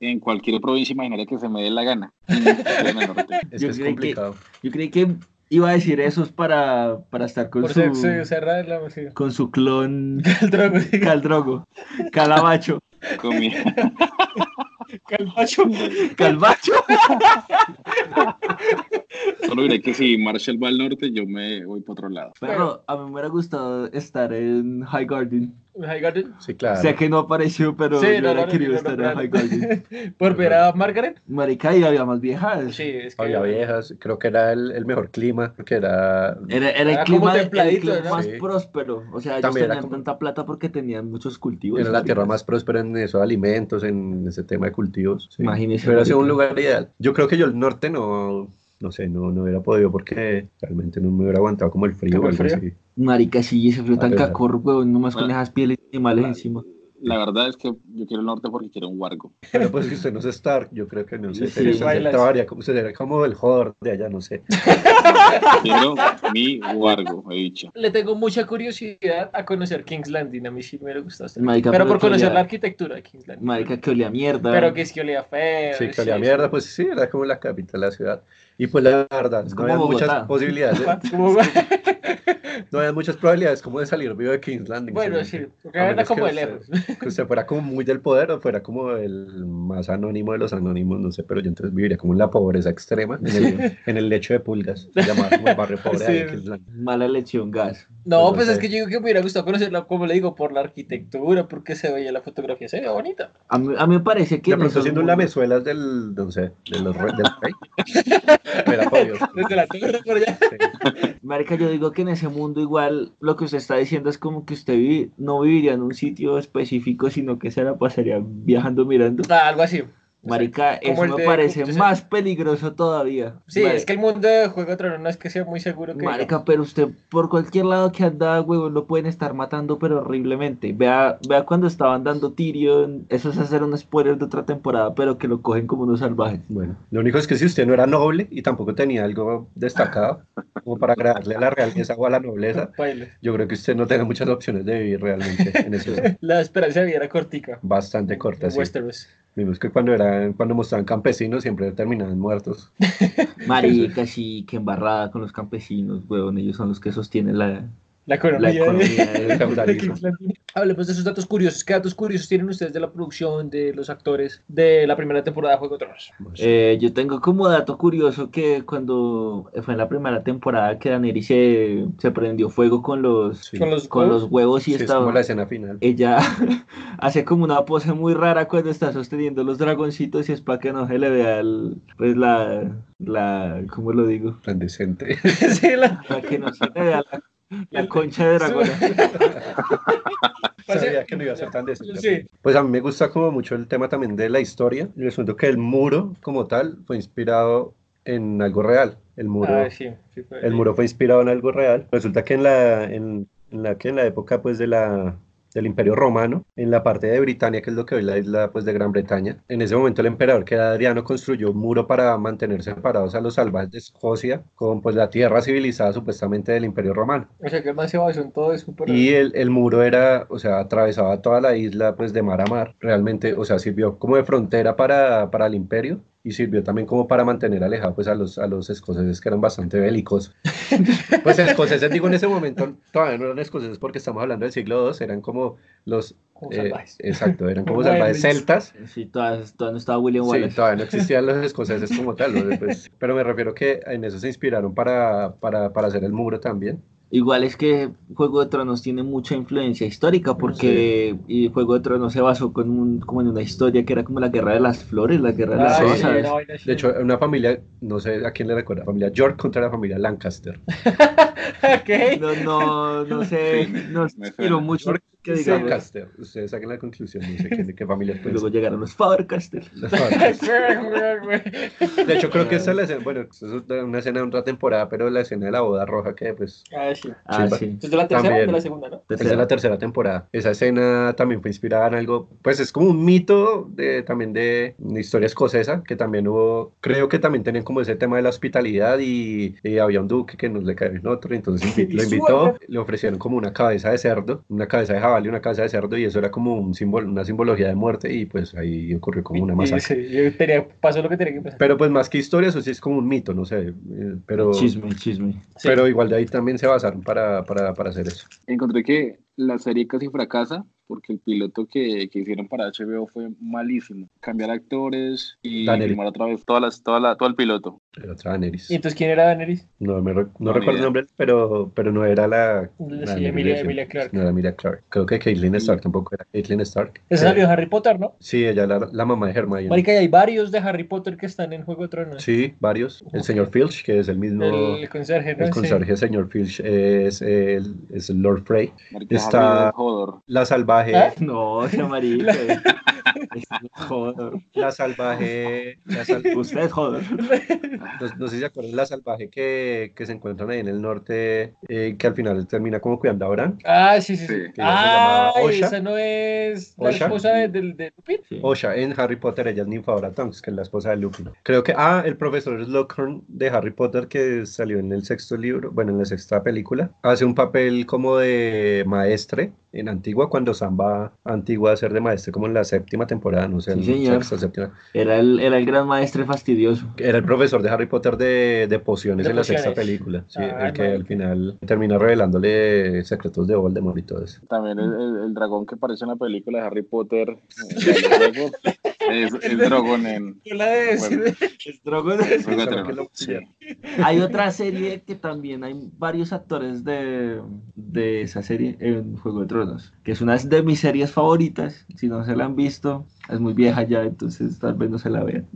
Speaker 3: en cualquier provincia imaginaria que se me dé la gana. Mm, Y me quedo en el norte.
Speaker 4: Es
Speaker 5: Yo
Speaker 4: que es
Speaker 5: creí que-
Speaker 4: complicado.
Speaker 5: Yo creí que iba a decir esos para, para estar con
Speaker 2: por
Speaker 5: su...
Speaker 2: ser ser- cerrada la música.
Speaker 5: Con su clon
Speaker 2: El drogo, sí.
Speaker 5: Caldrogo, Calabacho,
Speaker 3: Con mi-
Speaker 2: Calpacho.
Speaker 5: Calvacho.
Speaker 3: Solo diré que si Marshall va al norte, yo me voy para otro lado.
Speaker 5: Pero a mí me hubiera gustado estar en High Garden.
Speaker 2: High Garden.
Speaker 4: Sí, claro.
Speaker 5: Sé que no apareció, pero
Speaker 2: Sí,
Speaker 5: yo
Speaker 2: no,
Speaker 5: hubiera
Speaker 2: no,
Speaker 5: querido
Speaker 2: no,
Speaker 5: estar
Speaker 2: no,
Speaker 5: en
Speaker 2: no.
Speaker 5: High Garden.
Speaker 2: ¿Por ver a Margaret?
Speaker 5: Marica, y había más viejas.
Speaker 2: Sí, es que.
Speaker 4: Había viejas, creo que era el, el mejor clima, porque era...
Speaker 5: Era, era
Speaker 2: Era
Speaker 5: el
Speaker 2: como
Speaker 5: clima, de- era el
Speaker 2: templadito,
Speaker 5: clima
Speaker 2: ¿no?
Speaker 5: más
Speaker 4: Sí.
Speaker 5: próspero. O sea, ellos
Speaker 4: También era
Speaker 5: tenían
Speaker 4: como-
Speaker 5: tanta plata porque tenían muchos cultivos.
Speaker 4: Era la tierra
Speaker 5: marica.
Speaker 4: más próspera en esos alimentos, en ese tema de cultivos. sí.
Speaker 5: Imagínese,
Speaker 4: Hubiera sido un
Speaker 5: marica.
Speaker 4: lugar ideal. Yo creo que yo el norte no, no sé, no, no hubiera podido porque realmente no me hubiera aguantado como el frío
Speaker 2: ¿Como
Speaker 4: o
Speaker 2: el
Speaker 4: algo
Speaker 2: frío?
Speaker 4: así.
Speaker 5: Marica, sí, ese frío
Speaker 4: Ah,
Speaker 5: tan
Speaker 4: pero-
Speaker 5: cacorro, weón, nomás con
Speaker 3: Bueno.
Speaker 5: esas pieles animales
Speaker 3: Ah.
Speaker 5: encima.
Speaker 3: La verdad es que yo quiero el norte porque quiero un wargo.
Speaker 4: Pero pues que usted no es Stark, yo creo que no sé,
Speaker 5: Sí,
Speaker 4: sería-
Speaker 5: sí,
Speaker 4: sería,
Speaker 2: bailas.
Speaker 4: trabajaría como, sería como el Horde de allá, no sé.
Speaker 3: Quiero mi wargo, he dicho.
Speaker 2: Le tengo mucha curiosidad a conocer King's Landing. A mí sí me hubiera gustado estar.
Speaker 5: Marica,
Speaker 2: Pero
Speaker 5: pero
Speaker 2: por
Speaker 5: que
Speaker 2: conocer
Speaker 5: olía-
Speaker 2: la arquitectura de King's Landing.
Speaker 5: Marica, que olía a mierda.
Speaker 2: Pero que es que olía feo.
Speaker 4: Sí, que olía a mierda, pues sí, era como la capital de la ciudad. Y pues la verdad,
Speaker 5: Es
Speaker 4: no
Speaker 5: como
Speaker 4: había
Speaker 5: Bogotá.
Speaker 4: muchas posibilidades,
Speaker 2: Como-
Speaker 4: de- no había muchas probabilidades como de salir vivo de King's Landing.
Speaker 2: bueno, sí,
Speaker 4: realmente.
Speaker 2: porque
Speaker 4: A
Speaker 2: era
Speaker 4: menos que
Speaker 2: como de
Speaker 4: usted-
Speaker 2: lejos.
Speaker 4: Que usted fuera como muy del poder o fuera como el más anónimo de los anónimos, no sé, pero yo entonces viviría como en la pobreza extrema, en el, en el lecho de pulgas, llamado como el barrio pobre ahí en
Speaker 2: Sí.
Speaker 4: King's Landing.
Speaker 5: Mala elección, gas.
Speaker 2: No,
Speaker 4: Pues no
Speaker 2: pues es
Speaker 4: sé.
Speaker 2: que yo digo que me hubiera gustado conocerla, como le digo, por la arquitectura, porque se veía la fotografía, se veía bonita.
Speaker 5: A mí, a mí me parece que.
Speaker 4: De
Speaker 5: en
Speaker 4: pronto
Speaker 5: esos
Speaker 4: siendo un
Speaker 5: mundos-
Speaker 4: lamezuelas del, no sé, de los re- del rey. Era odioso.
Speaker 2: Desde la torre por allá.
Speaker 5: Marica, yo digo que en ese mundo igual lo que usted está diciendo es como que usted vi- no viviría en un sitio específico, sino que se la pasaría viajando mirando.
Speaker 2: Ah, algo así.
Speaker 5: Marica,
Speaker 2: Como
Speaker 5: eso
Speaker 2: el
Speaker 5: me
Speaker 2: de-
Speaker 5: parece
Speaker 2: usted-
Speaker 5: más peligroso todavía.
Speaker 2: Sí,
Speaker 5: Mari-
Speaker 2: es que el mundo de Juego de Tronos no es que sea muy seguro que...
Speaker 5: Marica, pero usted por cualquier lado que anda, huevón, lo pueden estar matando, pero horriblemente. Vea, vea cuando estaban dando Tyrion, eso es hacer un spoiler de otra temporada, pero que lo cogen como unos salvajes.
Speaker 4: Bueno, lo único es que si usted no era noble y tampoco tenía algo destacado, como para agradarle a la realeza o a la nobleza,
Speaker 2: Baile.
Speaker 4: yo creo que usted no tenía muchas opciones de vivir realmente en eso.
Speaker 2: La esperanza de vida era cortica.
Speaker 4: Bastante corta,
Speaker 2: En
Speaker 4: sí.
Speaker 2: Westeros.
Speaker 4: Vimos que cuando, eran, cuando mostraban campesinos siempre terminaban muertos.
Speaker 5: Marica, sí, que embarrada con los campesinos, huevón, ellos son los que sostienen la,
Speaker 2: La
Speaker 5: la
Speaker 2: economía, de-
Speaker 5: economía del
Speaker 2: de
Speaker 4: feudalismo.
Speaker 2: King's Landing. Hablemos de esos datos curiosos. ¿Qué datos curiosos tienen ustedes de la producción, de los actores, de la primera temporada de Juego de Tronos?
Speaker 4: pues
Speaker 5: Eh, yo tengo como dato curioso que cuando fue en la primera temporada que Daenerys se, se prendió fuego con los,
Speaker 4: Sí.
Speaker 2: Con los...
Speaker 5: con los huevos y
Speaker 4: Sí, es
Speaker 5: estaba,
Speaker 4: como la escena final.
Speaker 5: ella hace como una pose muy rara cuando está sosteniendo los dragoncitos y es para que no se le vea el- pues la, la, ¿cómo lo digo?
Speaker 4: Resplandecente.
Speaker 2: Sí, la-
Speaker 5: Para que no se le vea la, la concha de dragón.
Speaker 4: Sabía que no iba a ser tan decente.
Speaker 2: Sí.
Speaker 4: Pues a mí me gusta como mucho el tema también de la historia. Yo siento que el muro como tal fue inspirado en algo real. El muro,
Speaker 2: Ah, sí, sí, fue-
Speaker 4: el muro fue inspirado en algo real. Resulta que en la, en, en la, que en la época pues de la del Imperio Romano, en la parte de Britania, que es lo que hoy la isla pues de Gran Bretaña. En ese momento el emperador que era Adriano construyó un muro para mantener separados a los salvajes de Escocia con pues la tierra civilizada supuestamente del Imperio Romano.
Speaker 2: O sea, que el man se basó en todo eso, pero...
Speaker 4: Y el, el muro era, o sea, atravesaba toda la isla pues de mar a mar, realmente, o sea, sirvió como de frontera para, para el imperio y sirvió también como para mantener alejado pues a los, a los escoceses que eran bastante bélicos. Pues escoceses, digo, en ese momento todavía no eran escoceses porque estamos hablando del siglo II, eran como los...
Speaker 2: Como
Speaker 4: eh,
Speaker 2: salvajes.
Speaker 4: exacto, eran como
Speaker 2: Wildlings.
Speaker 4: salvajes celtas
Speaker 5: Sí, todavía, todavía no estaba William
Speaker 4: Sí,
Speaker 5: Wallace.
Speaker 4: todavía no existían los escoceses como tal, ¿no? Pues, pero me refiero que en eso se inspiraron para, para, para hacer el muro también.
Speaker 5: Igual es que Juego de Tronos tiene mucha influencia histórica porque y Juego de Tronos se basó con un, como en una historia que era como la Guerra de las Flores, la Guerra de las
Speaker 4: sí,
Speaker 2: Ay,
Speaker 5: Rosas.
Speaker 2: una vaina así.
Speaker 4: De hecho, una familia, no sé a quién le recuerda, familia York contra la familia Lancaster.
Speaker 2: Ok.
Speaker 4: eh,
Speaker 5: No, no, no sé, no se
Speaker 3: me
Speaker 5: inspiró
Speaker 3: suena.
Speaker 5: mucho.
Speaker 4: York
Speaker 5: Que
Speaker 4: Sí,
Speaker 5: digamos.
Speaker 4: Caster. Ustedes saquen la conclusión, no sé qué, de qué familia pues.
Speaker 5: Y
Speaker 4: pueden
Speaker 5: luego llegaron los Faber-Castell.
Speaker 4: ser. Las familias.
Speaker 2: güey.
Speaker 4: De hecho, creo que esa es la escena, bueno, eso es de una escena de otra temporada, pero la escena de la boda roja que pues
Speaker 1: Ah, sí.
Speaker 5: Ah,
Speaker 4: Chimba.
Speaker 5: sí.
Speaker 1: ¿Es de la tercera o
Speaker 4: También.
Speaker 1: de la segunda, no?
Speaker 4: es de la
Speaker 5: Tercera.
Speaker 4: tercera temporada. Esa escena también fue inspirada en algo, pues es como un mito de, también de una historia escocesa, que también hubo, creo que también tenían como ese tema de la hospitalidad y, y había un duque que nos le cayó en otro, entonces invi- lo invitó, le ofrecieron como una cabeza de cerdo, una cabeza de jabalí, una cabeza de cerdo y eso era como un símbolo, una simbología de muerte y pues ahí ocurrió como una
Speaker 1: Y- y-
Speaker 4: masacre.
Speaker 1: sí, yo tenía- pasó lo que tenía que pasar.
Speaker 4: Pero pues más que historia, eso sí es como un mito, no sé, eh, pero...
Speaker 5: Chisme, chisme.
Speaker 1: Sí.
Speaker 4: Pero igual de ahí también se basaron para, para, para hacer eso.
Speaker 3: Encontré que la serie casi fracasa porque el piloto que, que hicieron para HBO fue malísimo. Cambiar actores y
Speaker 4: Daniel.
Speaker 3: filmar otra vez todas las, toda la, todo el piloto.
Speaker 4: Era otra Daenerys.
Speaker 1: ¿Y entonces quién era Daenerys?
Speaker 4: No, me re- no
Speaker 3: No, ni
Speaker 4: recuerdo
Speaker 3: idea.
Speaker 4: el nombre, pero, pero no era la...
Speaker 1: Sí,
Speaker 4: la
Speaker 1: Emilia,
Speaker 4: Daenerys,
Speaker 1: Emilia Clark.
Speaker 4: No era Emilia Clark. Creo que Caitlyn Stark tampoco era Caitlyn Stark.
Speaker 1: Esa salió en Harry Potter, ¿no?
Speaker 4: Sí, ella era la, la mamá de Hermione.
Speaker 1: Marica, y hay varios de Harry Potter que están en Juego de Tronos.
Speaker 4: Sí, varios. El señor Filch, que es el mismo...
Speaker 1: El conserje, ¿no?
Speaker 4: El
Speaker 1: Sí.
Speaker 4: conserje señor Filch es el, es el Lord Frey.
Speaker 3: Marica,
Speaker 4: Está-
Speaker 3: Harry es Jodor.
Speaker 4: La salvaje...
Speaker 1: ¿Eh?
Speaker 5: No, esa marica. Es joder.
Speaker 4: La salvaje... La sal-
Speaker 5: Usted es joder.
Speaker 4: No, no sé si se acuerdan la salvaje que, que se encuentran ahí en el norte, eh, que al final termina como cuidando a Bran.
Speaker 1: Ah, sí, sí, sí.
Speaker 3: Sí,
Speaker 4: que ella se
Speaker 1: Ah,
Speaker 4: llamaba Osha.
Speaker 1: esa no es la
Speaker 4: Osha.
Speaker 1: esposa de, del de Lupin.
Speaker 5: Sí.
Speaker 4: Osha, en Harry Potter ella es Ninfadora Tonks, que es la esposa de Lupin. Creo que, ah, el profesor Slughorn de Harry Potter que salió en el sexto libro, bueno, en la sexta película, hace un papel como de maestre en Antigua, cuando Sam va a Antigua a ser de maestre, como en la séptima temporada, no sé,
Speaker 5: Sí,
Speaker 4: en
Speaker 5: señor.
Speaker 4: sexta, séptima.
Speaker 5: Era el, era el gran maestre fastidioso.
Speaker 4: Era el profesor de Harry Potter de, de pociones
Speaker 1: De
Speaker 4: en la sexta
Speaker 1: pociones.
Speaker 4: película, sí,
Speaker 1: Ay,
Speaker 4: el que
Speaker 1: marica.
Speaker 4: al final termina revelándole secretos de Voldemort y todo eso.
Speaker 3: También el, el- el dragón que aparece en la película de Harry Potter. eh, es, es Drogon en...
Speaker 1: Yo la de
Speaker 3: Bueno. es Drogon
Speaker 4: Claro
Speaker 3: en-
Speaker 4: que lo-
Speaker 3: sí.
Speaker 5: Hay otra serie que también hay varios actores de, de esa serie en Juego de Tronos, que es una de mis series favoritas. Si no se la han visto, es muy vieja ya, entonces tal vez no se la vean.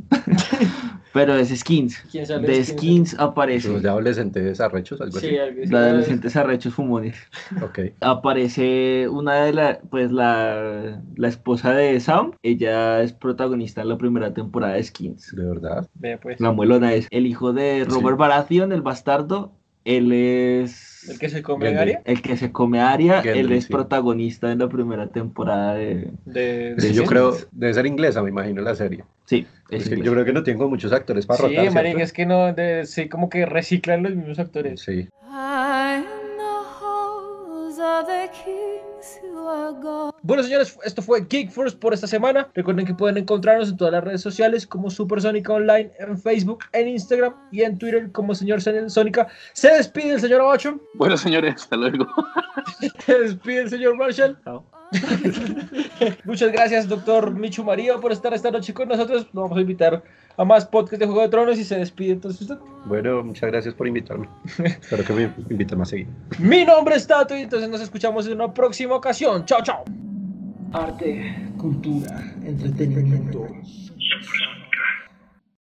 Speaker 5: Pero es Skins.
Speaker 1: ¿Quién sale?
Speaker 5: De
Speaker 1: ¿Quién
Speaker 5: Skins
Speaker 4: Los
Speaker 5: aparece
Speaker 4: de adolescentes arrechos, algo
Speaker 1: sale? Sí,
Speaker 4: así.
Speaker 1: algo así.
Speaker 5: la adolescentes arrechos fumones.
Speaker 4: Ok.
Speaker 5: aparece una de la, pues la, la esposa de Sam, ella es protagonista en la primera temporada de Skins.
Speaker 4: De verdad.
Speaker 1: Vea, pues.
Speaker 5: La muelona es el hijo de Robert Baratheon, el bastardo, él es
Speaker 1: El que se come en
Speaker 4: Gendry.
Speaker 1: área.
Speaker 5: el que se come a Arya,
Speaker 4: Gendry,
Speaker 5: él es
Speaker 4: sí.
Speaker 5: protagonista en la primera temporada de...
Speaker 1: De,
Speaker 4: Sí,
Speaker 1: de-
Speaker 4: yo creo, debe ser inglesa, me imagino, la serie.
Speaker 5: Sí, es
Speaker 4: Es que
Speaker 5: inglés.
Speaker 4: yo creo que no tengo muchos actores para
Speaker 1: Sí,
Speaker 4: rotar. ¿cierto?
Speaker 1: marica, es que no, de, sí, como que reciclan los mismos actores.
Speaker 4: Sí.
Speaker 6: High in the halls are the kings who are gone.
Speaker 2: Bueno, señores, esto fue Geek Force por esta semana. Recuerden que pueden encontrarnos en todas las redes sociales como Supersónica Online, en Facebook, en Instagram y en Twitter como Señor Sen- Sónica. Se despide el señor Abacho,
Speaker 3: Bueno, señores, hasta luego.
Speaker 2: se despide el señor Marshall.
Speaker 5: Chao.
Speaker 2: Muchas gracias, doctor Michu María, por estar esta noche con nosotros. Lo vamos a invitar a más podcasts de Juego de Tronos y se despide entonces usted.
Speaker 4: Bueno, muchas gracias por invitarme. Espero que me inviten más seguido.
Speaker 2: Mi nombre es Tato y entonces nos escuchamos en una próxima ocasión. Chao, chao.
Speaker 7: Arte, cultura, entretenimiento,